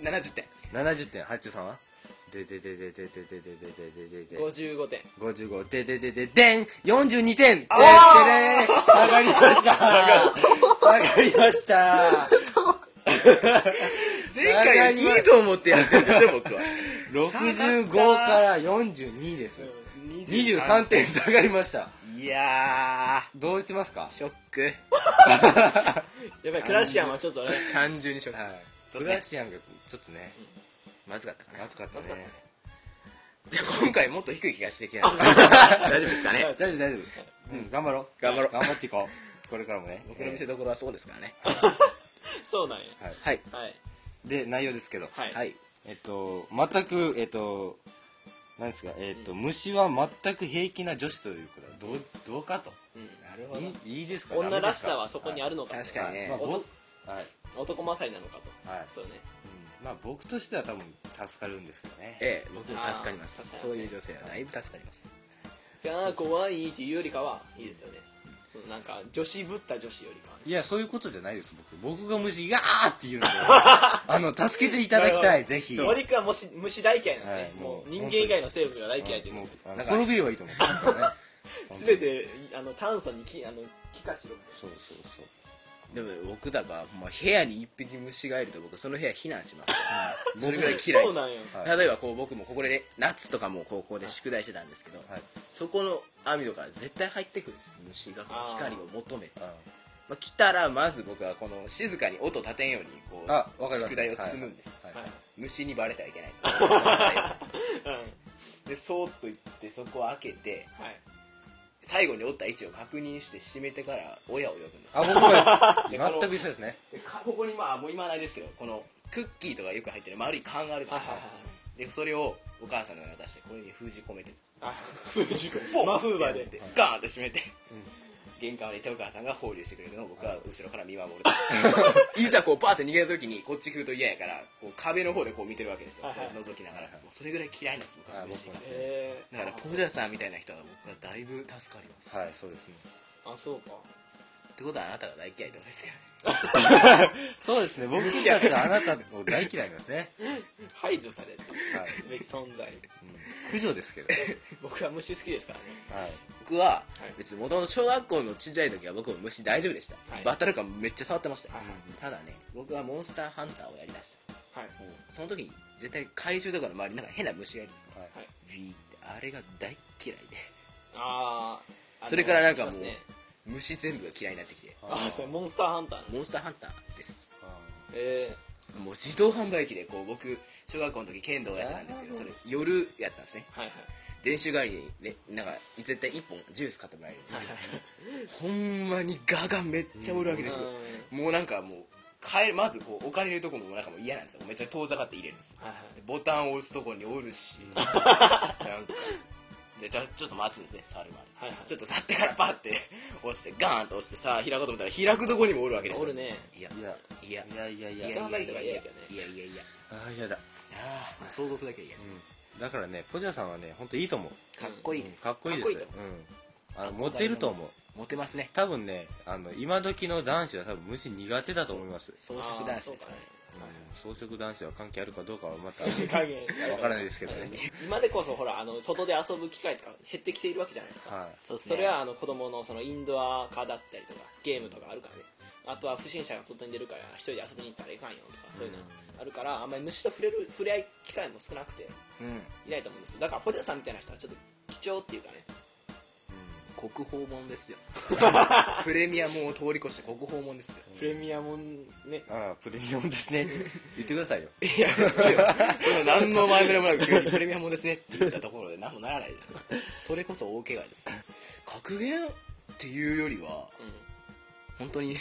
70点。
70点八中さんはででででででででででで
55点
55でででででん42点ででで下がりま した下がりました
前回いいと思ってやってたんですよ、僕は。
65から42です23点下がりました
いや
どうしますか
ー、ショック。
やっぱりクラシアンはちょっとね
単純にショック。そう
ク
で
ラ
す
シアンがちょっとね
ね。まずかったかな。
まずかったね
じゃあ今回もっと低い気がしてきたんですけど大丈夫ですかね
大丈夫大丈夫うん頑張ろう
頑張ろう
頑張っていこうこれからもね
僕の見せどころはそうですからね。
そうなんや
はい。
はい
で内容ですけど
はい
はい。
えっと全くえっと何ですかえっと虫は全く平気な女子ということはどうどうかと
なる
いいいですか
女らしさはそこにあ
る
るのか
確かにね
まあ僕はい
男勝りなのかと
はい
そうね
うんまあ僕としては多分助かるんですけどね
ええ、僕も助かりま
あー助かります
す。
ね
そういう女性はだいぶ助かります。
が怖いっていうよりかはいいですよねそのなんか女子ぶった女子よりかはね
いやそういうことじゃないです僕僕が虫ガーって言うのであの助けていただきたいぜひ
森君はもし虫大嫌いなの
はい
ね
も
もう
う
人間以外の生物が大嫌いという
も
こ
う
とで
あの
なんか
滅びればいいと思うからね
全てあの炭素にきあの気化しろ
そうそうそう
でも僕だから、まあ、部屋に一匹虫がいると僕その部屋避難しますそれぐらい嫌い
そ
で
うなんや
す、
はい
例えばこう僕もここでね夏とかも高校で宿題してたんですけど、
はい
そこの網戸から絶対入ってくるんです虫がこう光を求めて
あ
まあ、来たらまず僕はこの静かに音立てんようにこう
あわかります
宿題を積むんです、
はい
はい
虫にバレてはいけない は
うん
いでそーっと行ってそこを開けて
はい
最後に折った位置を確認して閉めてから親を呼ぶんです
あ僕も
で
で
こ
す
の
全く一緒ですね
でかここにまあもう今はないですけどこのクッキーとかよく入ってる丸い缶があるじゃ
はい
ないです
はい
かでそれをお母さんのように出してこれに封じ込めて
はいあ風事
ポ
故
ン
マフーバー
って
で
やってガーンって閉めて、玄関を入れてお母さんが放流してくれるのを僕は後ろから見守る いざこうパーって逃げた時にこっち来ると嫌やからこう壁の方でこう見てるわけですよ、
はいはい
覗きながらもうそれぐらい嫌いなんです僕は
あ
虫が
僕も
えー
だからポジャーさんみたいな人は僕はだいぶ助かります
はいそうですね
あそうか
ってことはあなたが大嫌いってことですか
そうですね僕たちはあなたを大嫌いなんです ね、
排除される
はい
べき存在
駆除ですけど、
僕は虫好きですからね
はい、
ら 僕は
はい
別に元々小学校のちっちゃい時は僕も虫大丈夫でした、
はい
バッタルカンめっちゃ触ってましたよ、
はいはい
ただね僕はモンスターハンターをやりだした
はい
その時に絶対怪獣とかの周りになんか変な虫がいるんですよ、
はい
はい
ビーってあれが大嫌いで
あーあの
それからなんかも
いますね
う虫全部が嫌いになってきて
あそれモンスターハンター
モンスターハンターです
ええ
もう自動販売機でこう僕小学校の時剣道やってたんですけどそれ夜やったんですね
はいはい
練習帰りに、ね、なんか絶対1本ジュース買ってもらえるんですよほんまにガがめっちゃおるわけですよもうなんかもう帰るまずこうお金入れるとこもなんかもう嫌なんですよめっちゃ遠ざかって入れるんです
はいはい
でボタンを押すとこにおる しなんかでじゃあちょっと待つんですね触るまで、
はいはい
ちょっと触ってからパッて 押してガーンと押してさあ開こうと思ったら開くとこにもおるわけですよ
おるね
いや
いや
いや
いやいやい
い
や
やいやいやいやいやいやいやいや
いや
いや
ああやだ
あー想像するだけで嫌です、
だからねポジャさんはね本当いいと思う
かっこいいです、
かっこいいです
かっこ
うんあのモテると思う
モテますね
多分ねあの今時の男子は多分虫苦手だと思います
装飾男子ですからね
あーそうかね
装飾男子は関係あるかどうかはまた
影
わからないですけどね
今でこそほらあの外で遊ぶ機会とか減ってきているわけじゃないですか、
はい
そうそれはあの子供のそのインドア化だったりとかゲームとかあるからねあとは不審者が外に出るから一人で遊びに行ったらいかんよとかそういうのあるからあんまり虫と触れる触れ合い機会も少なくて
うん
いないと思うんですよだからポテトさんみたいな人はちょっと貴重っていうかね
国宝本ですよプレミアムを通り越して国宝本ですよ
プレミアムね
ああプレミアムですね 言ってくださいよ
いやですよその何の前触れもなく急にプレミアム本ですねって言ったところで何もならないですそれこそ大怪我です格言っていうよりは
うん
本当に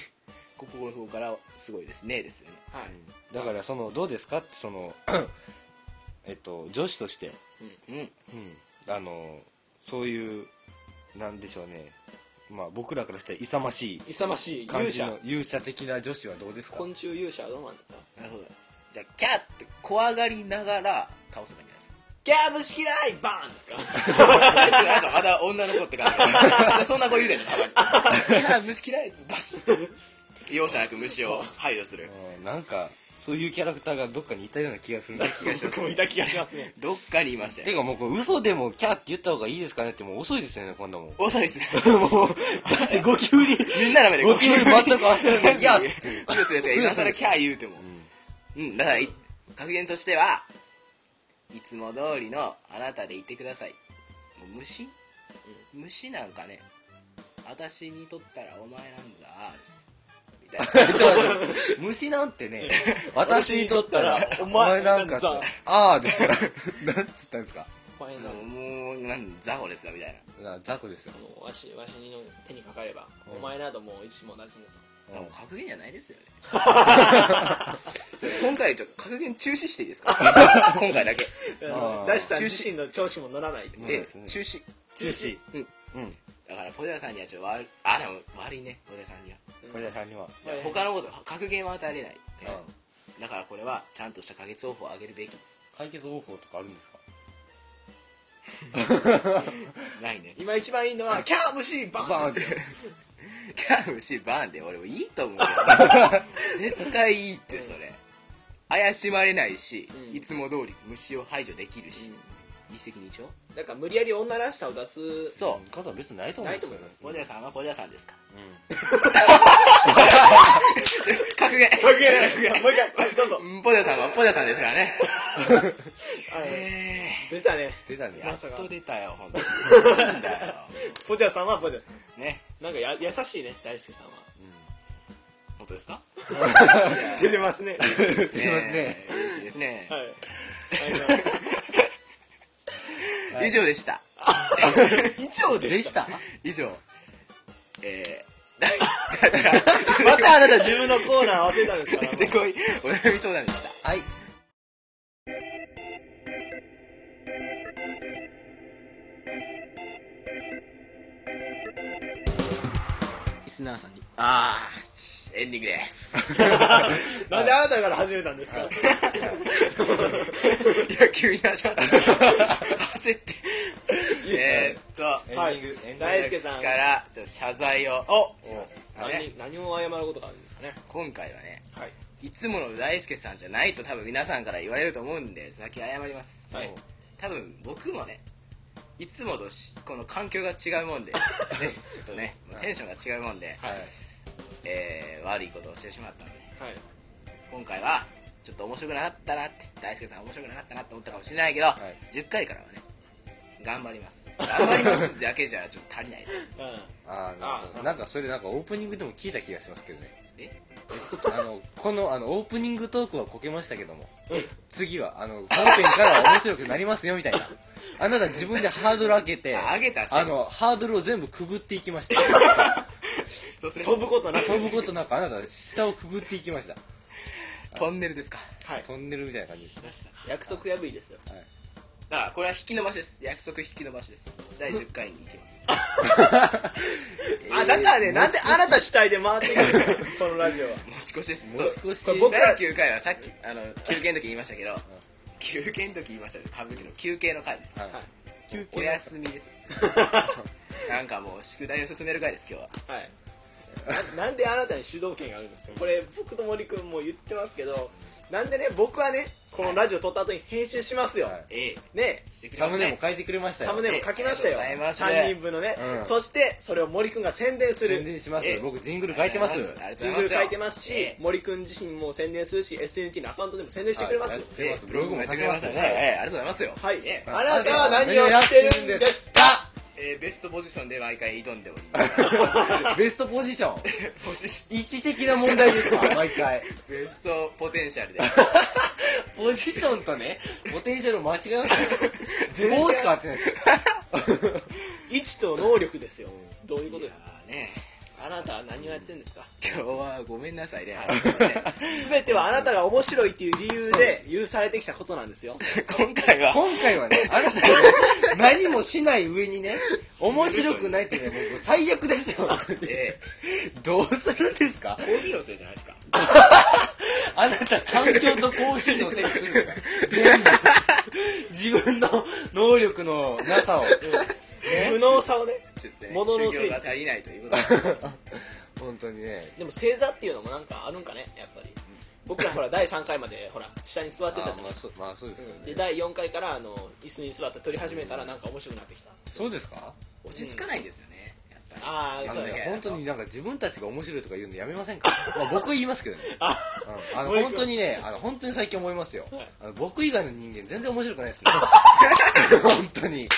心の底からすごいですねですよね
はい、
だからそのどうですかってその えっと女子として、
うん
あのそういうなんでしょうねまあ僕らからしたら勇ましい
勇ましい
感
勇
じ
者
の勇者的な女子はどうですか
昆虫勇者はどうなんですか
なるほどじゃあキャーって怖がりながら倒せばいいんじゃないですか
ギャー虫嫌いバーンですか
なんかまだ女の子って感じ そんな子いるでしょたまにいや虫嫌いってバシッ容赦なく虫を排除する
うんなんかそういうキャラクターがどっかにいたような気がするな気がします
僕もいた気がしますね
どっかにいました
て
よ
かもうこう嘘でもキャーって言った方がいいですかねってもう遅いですよねこんなもんも
遅いですね
うだってご急 に
みんなダメで
ご急に全く
い
焦らない
や
や
ニュースのやつが今更キャー言うてもうんだからい格言としてはいつも通りのあなたでいてくださいもう虫虫なんかね私にとったらお前なんだみたいな
ちょっと待って虫なんてね私にとったら
お
お
前
前なんかって
なんか
ああです からなんつったんですか
お前の
もうなんザホですよみたい
あ雑魚ですよ
もうわしわしの手にかかれば、お前などもう一網打尽だ
なもう格言じゃないですよ ね今回ちょっと格言中止していいです か今回だけ
あ
と
ー
大志さん自身の調子も乗らないで、
ん
で
そうですね
中止
中止
うん
うん
だからポテラさんにはちょっと悪いあでも悪いねポテラさんには
これさんには
はいはい
他のこと格言は与えれない、
う
だからこれはちゃんとした解決方法をあげるべきです
解決方法とかあるんですか
ない ね
今一番いいのはキャー虫 バーン
バー
ですよ
キャームシバーンで俺もいいと思うよ絶対いいってそれ怪しまれないし、
うん
いつも通り虫を排除できるし、一石二鳥
だから無理やり女らしさを出す
そ
うんことは別にないと思うんですよね
ないと
うポテラさんはポテラさんですから
う
ちょ格言
格言 もう一回はいどうぞ
うんポテラさんはポテラさんですからね
出たね
ん出たね
や
ま
っ
さか
と出たよ本当になんだよ
ポジャさんはポジャさん
ね
なんかや優しいね大輔さんは
本当ですか
出てますね
出て
ますね
嬉しいですね
はい
以上で した
以上で
で
し
したた
以上え
またあなた自分のコーナー忘れたんですから
ー、でこいお悩み相談でした
はい
リスナーさんにああエンディングです
なんであなたから始めたんですか
いや急に始まった焦ってえー、っと
エンデ
はい
ィングエンディング
大輔さん
私からちょっと謝罪を
お
します
お
ね
何何を謝ることがあるんですかね
今回はね
はい
いつもの大輔さんじゃないと多分皆さんから言われると思うんで先謝ります
はい
多分僕もねいつもとしこの環境が違うも んで、ね、ちょっとねテンションが違うもんで、
はい
えー悪いことをしてしまったので
はい
今回はちょっと面白くなかったなって大輔さん面白くなかったなって思ったかもしれないけど、
い
10回からはね頑張り ます頑張りますだけじゃちょっと足りない
うん
あーなるほ
あ
どなんかそれなんかオープニングでも聞いた気がしますけどね
え
あのこのあのオープニングトークはこけましたけども次はあの本編からは面白くなりますよみた いなあなた自分でハードル上げて
あ上げた
あのハードルを全部くぐっていき ました
そうですね
飛ぶことなく
飛ぶことなくあなた下をくぐっていきました
トンネルですか
はい
トンネルみたいな感じです
しましたか
約束破りですよ
はい
だからこれは引き伸ばしです約束引き伸ばしです第10回に行きます
あだからねなんであなた主体で回ってくるんですかこのラジオは
持ち越しです
もう少し
そう
僕ら
第9回はさっきあの休憩の時言いましたけど休憩の時言いましたけど歌舞伎の休憩の回です
はい
はい
休
お
憩
休みですなんかもう宿題を進める回です今日は
はいななんであなたに主導権があるんですかこれ僕と森君も言ってますけどなんでね僕はねこのラジオ撮った後に編集しますよ、
はい
ええ
ね
してくれ
サ
ます
ム
ね
ネも変えてくれましたよ
サムネも書きましたよ
ありがとうございます
3人分のね、
うん
そしてそれを森君が宣伝する
宣伝します
え
よ僕ジングル書いてます
ありがと
ジ
う
ン
ござ
グ
いま
ル
す
書いてますし、
ええ
森君自身も宣伝するし SNT のアカウントでも宣伝してくれます、
はい
は
ええブログもやってくれますよね、
はい
ええありがとうございますよえ
い、
え
あなたは何をしてるんですか
えーベストポジションで毎回挑んでおります
ベストポジション
ポジシ
位置的な問題です か毎回
ベストポテンシャルで
ポジションとねポテンシャルを間違えますよ棒しか合ってないですよ
位置と能力ですよどういうことですか
あーね
あなたは何をやってるんですか
今日はごめんなさいね
全てはあなたが面白いっていう理由で許されてきたことなんですよ
今回 は
今回はねあなたが何もしない上にね面白くないっていうのは僕最悪ですよ本当に
え
どうするんですか
コーヒーのせいじゃないですか
あなた環境とコーヒーのせいにするのか全部自分の能力のなさを
無能さをね
えちょっとね
物のせい
修行が足りないということで
本当にね
でも星座っていうのもなんかあるんかねやっぱり僕らほら第3回までほら下に座ってたじゃない
あそうまあそうですよ
で第4回からあの椅子に座って撮り始めたらなんか面白くなってきた
そうですか
落ち着かないんですよねやっぱり
あー
自
あ
分だ
の
け
ね
だと
本当になんか自分たちが面白いとか言うのやめませんかまあ僕は言いますけどね
あ
うんあの
森君
本当にねあの本当に最近思いますよ
はい
あの僕以外の人間全然面白くないですね 本当に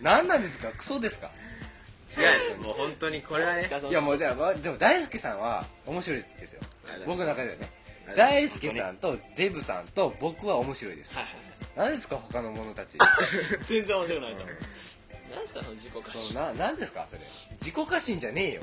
何なんですかクソですか
違うもう本当にこれはね
だからその
いやもうだからまあでも大輔さんは面白いですよ
はい
僕の中ではね
はい
大輔さんとデブさんと僕は面白いです
はい
何ですか他の者たち
全然面白くないと思うなんですかその自己化
そ
身
のな何ですかそれ自己過信じゃねえ よ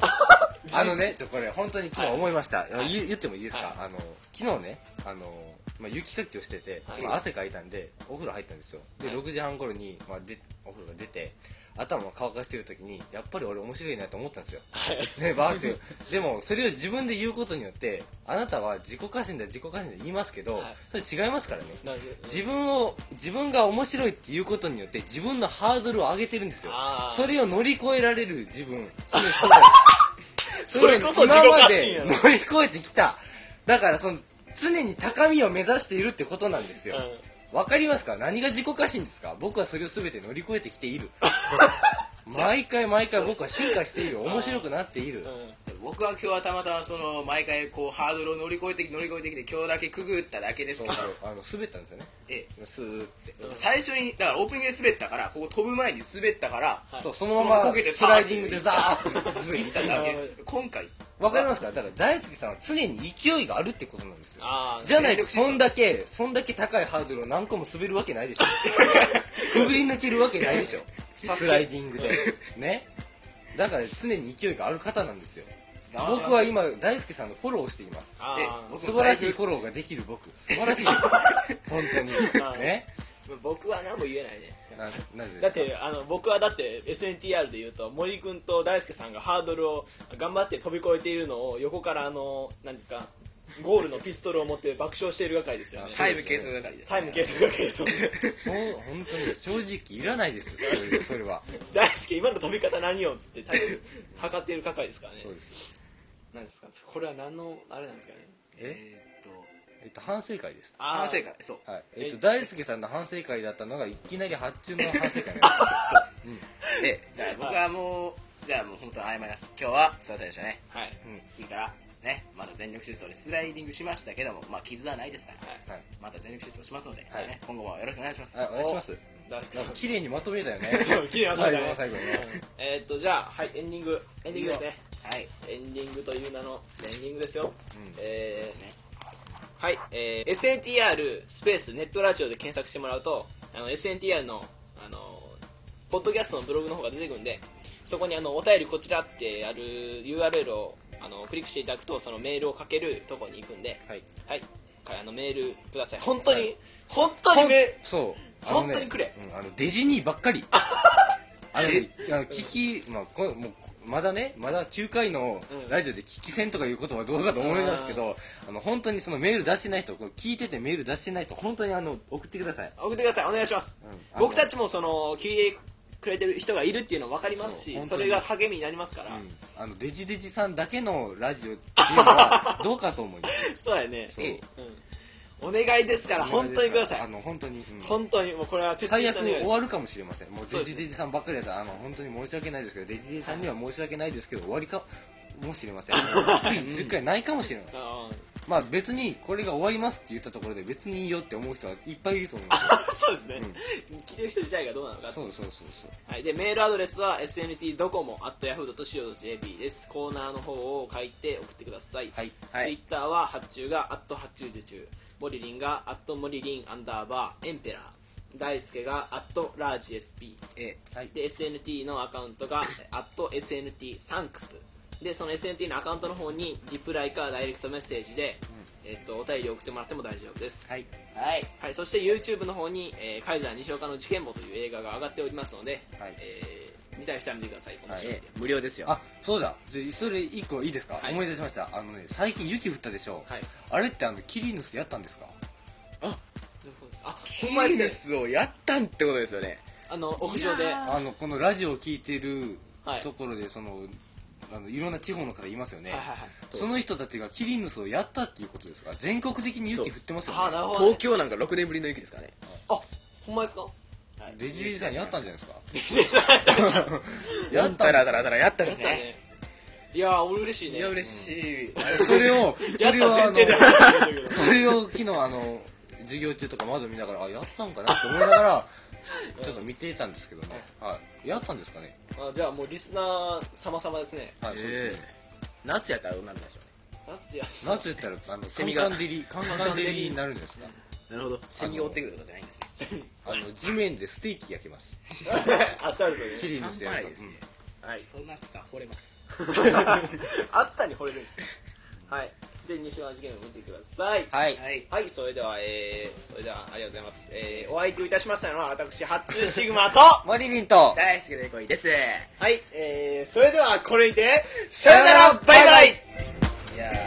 あのねちょこれ本当に昨日思いました、
い
言言ってもいいですか、
はい
あの昨日ねあの、まあ、雪かきをしてて、
はい
まあ汗かいたんでお風呂入ったんですよで、
はい
6時半頃に、まあ、でお風呂が出て頭を乾かしてる時にやっぱり俺面白いなと思ったんですよ、ねバーってでもそれを自分で言うことによってあなたは自己過信だ自己過信だ言いますけど、
はい
それ違いますからね
なんで
自分を自分が面白いっていうことによって自分のハードルを上げてるんですよ
あー
それを乗り越えられる 自分それそ
それこそ自
今
己
ま
過信
で
やろ
乗り越えてきただからその常に高みを目指しているってことなんですよ、わかりますか何が自己過信ですか僕はそれを全て乗り越えてき ている毎回毎回僕は進化している面白くなっている
うんうん
僕は今日はたまたまその毎回こうハードルを乗り越えて乗り越えてきて今日だけくぐっただけです
そう
けど
そうあの滑ったんですよね
え
スーって
え最初にだからオープニングで滑ったからここ飛ぶ前に滑ったから、
はい
そうそのま
その
ま
こけて
スライディングでザーッと滑
滑
り
っただけです今回
わかりますかだから大輔さんは常に勢いがあるってことなんですよ
あー
じゃないとそんだけそんだけ高いハードルを何個も滑るわけないでしょ くぐり抜けるわけないでしょスライディングでねだから常に勢いがある方なんですよ
頑張ります
僕は今大輔さんのフォローをしています
あ
え
ー
僕
素晴らしいフォローができる僕素晴らしいです 本当
はい
にね
僕は何も言えないね
ななぜ
だ
で
っ
す
て
か
あの僕はだって SNTR で言うと森君と大輔さんがハードルを頑張って飛び越えているのを横からあの何ですかゴールのピストルを持って爆笑している係ですよね
あ
タイム計測係です、
タイム計測係ですよね
そう本当に正直いらないですそういうそれは
大輔今の飛び方何よっつってタイム測っている係ですからね
そうです
何ですかこれは何のあれなんですかね
えーっと
えっと反省会です
あ
反
あ
省会そう
はい、
え
えっ
え
と大輔さんの反省会だったのがいきなり発注の反省会 にな
そうです、でだから僕はもうじゃあもう本当に謝ります今日はすいませんでしたね
はい、
次からねまだ全力疾走でスライディングしましたけどもまあ傷はないですから、
はい
はい
また全力疾走しますので、
はい
ね、今後もよろしくお願いします
あお願いします
大輔さ
なん
ん
か綺麗にまとめたよね
そう綺麗な
最後の最後にね
えーっとじゃあはいエンディングエンディングですね
はい
エンディングという名のエンディングですよ、
で
え
す
ー
ね
はい、えー SNTR スペースネットラジオで検索してもらうとあの SNTR のあのポッドキャストのブログの方が出てくるんでそこにあのお便りこちらってある URL をあのクリックしていただくとそのメールをかけるとこに行くんで、
はい
はい、あのメールください本当に、本
ほ
当
ん
にメ
そう
本当にくれ、
うんあのデジニーばっかり あのあの聞き、まあ、こもうまだねまだ9回の
うん
ラジオで聞き戦とかいうことはどうかと思いますけどあの本当にそのメール出してないとこう聞いててメール出してないと本当にあの送ってください
送ってくださいお願いします、
うん
僕たちもその聞いてくくれてる人がいるっていうの分かります
そう
し
本
そ
当に
れが励みになりますから、
あのデジデジさんだけのラジオっていうの はどうかと思います
そうやね
そう
お願いですから本当にくださ
あ
い
の本当に、うん
本当にもうこれは切
最
実
悪
にお願いです
終わるかもしれませんもう
そう
デ
です
ジ
ね
デジさんばっかりだとあの本当に申し訳ないですけどデジデジさんには申し訳ないですけど終わりかもしれませ ん次10回ないかもしれません
あ
まあ別にこれが終わりますって言ったところで別にいいよって思う人はいっぱいいると思います
ーそうですね、聞いてる人自体がどうなの かって
そうそうそうそう
はい、でメールアドレスは SNT ドコモ .yahoo.co.jp ですコーナーの方を書いて送ってください、
はい
はい
ツイッターは発注が「アット発注受注」モリリンが「アットモリリンアンダーバーエンペラー」大輔が「アットラージ SP
え」
はい
で SNT のアカウントが「アット SNT サンクス」でその SNT のアカウントの方にリプライかダイレクトメッセージで、えっとお便り送ってもらっても大丈夫です、
はい
はい
はい、そして YouTube の方に「えー、カイザー西岡の事件簿」という映画が上がっておりますので、
はい
えー見たい人は見てください面白いん
え
で、
無料ですよ
あそうだそれそれ一個いいですか、
はい
思い出しましたあのね最近雪降ったでしょ、
はい
あれってあのキリヌスやったんですか
あそういうことですあ
キ
ほんま
ーネ
ですね
スをやったんってことですよね
あの屋上で
いや
は
あのこのラジオを聞いてる
はい
ところでその、あのいろんな地方の方いますよね、
いはいはい
その人たちがキリヌスをやったっていうことですか全国的に雪降ってますよ
あな
ね
るほど、
東
ね、
京なんか6年ぶりの雪ですからね
あほんまですか
レジリジさんやったんじゃないですか
や
や
っ
ったた
ら
ら
だらだらやったんですね
ねいやー俺嬉しいね
いや嬉しい
それをそれをあ
やった前提で
のそれを昨日あの授業中とか窓見ながらあやったんかなって思いながらちょっと見てたんですけどね、はい、やったんですかね
あじゃあもうリスナー様々ですね
はい、そうですね、
夏やったらどうなるんでしょ
夏やった
夏言ったらあの
セ
カ
ミ
ン
が
カン照りカンカン照りになるんじゃないですか
うねなるほどセミが追ってくることじゃないんですね
あの地面でステーキ焼きます
アスファルト
キ
で
リヌスやると、
ですね
はい
そんな暑さ惚れます
暑さに惚れるんですはいで西村事件を見てください
はい
はい
はい、それでは、えー、それではありがとうございます。えー、お相手をいたしましたのは、私、発注シグマと、は
マリリンと
大好きでこいです
い、えー、それでは、これにて、
さよ
さよ
な
な
ら
ら、
バ
バ
イ
イ
バ
バ
イ
イ
いやー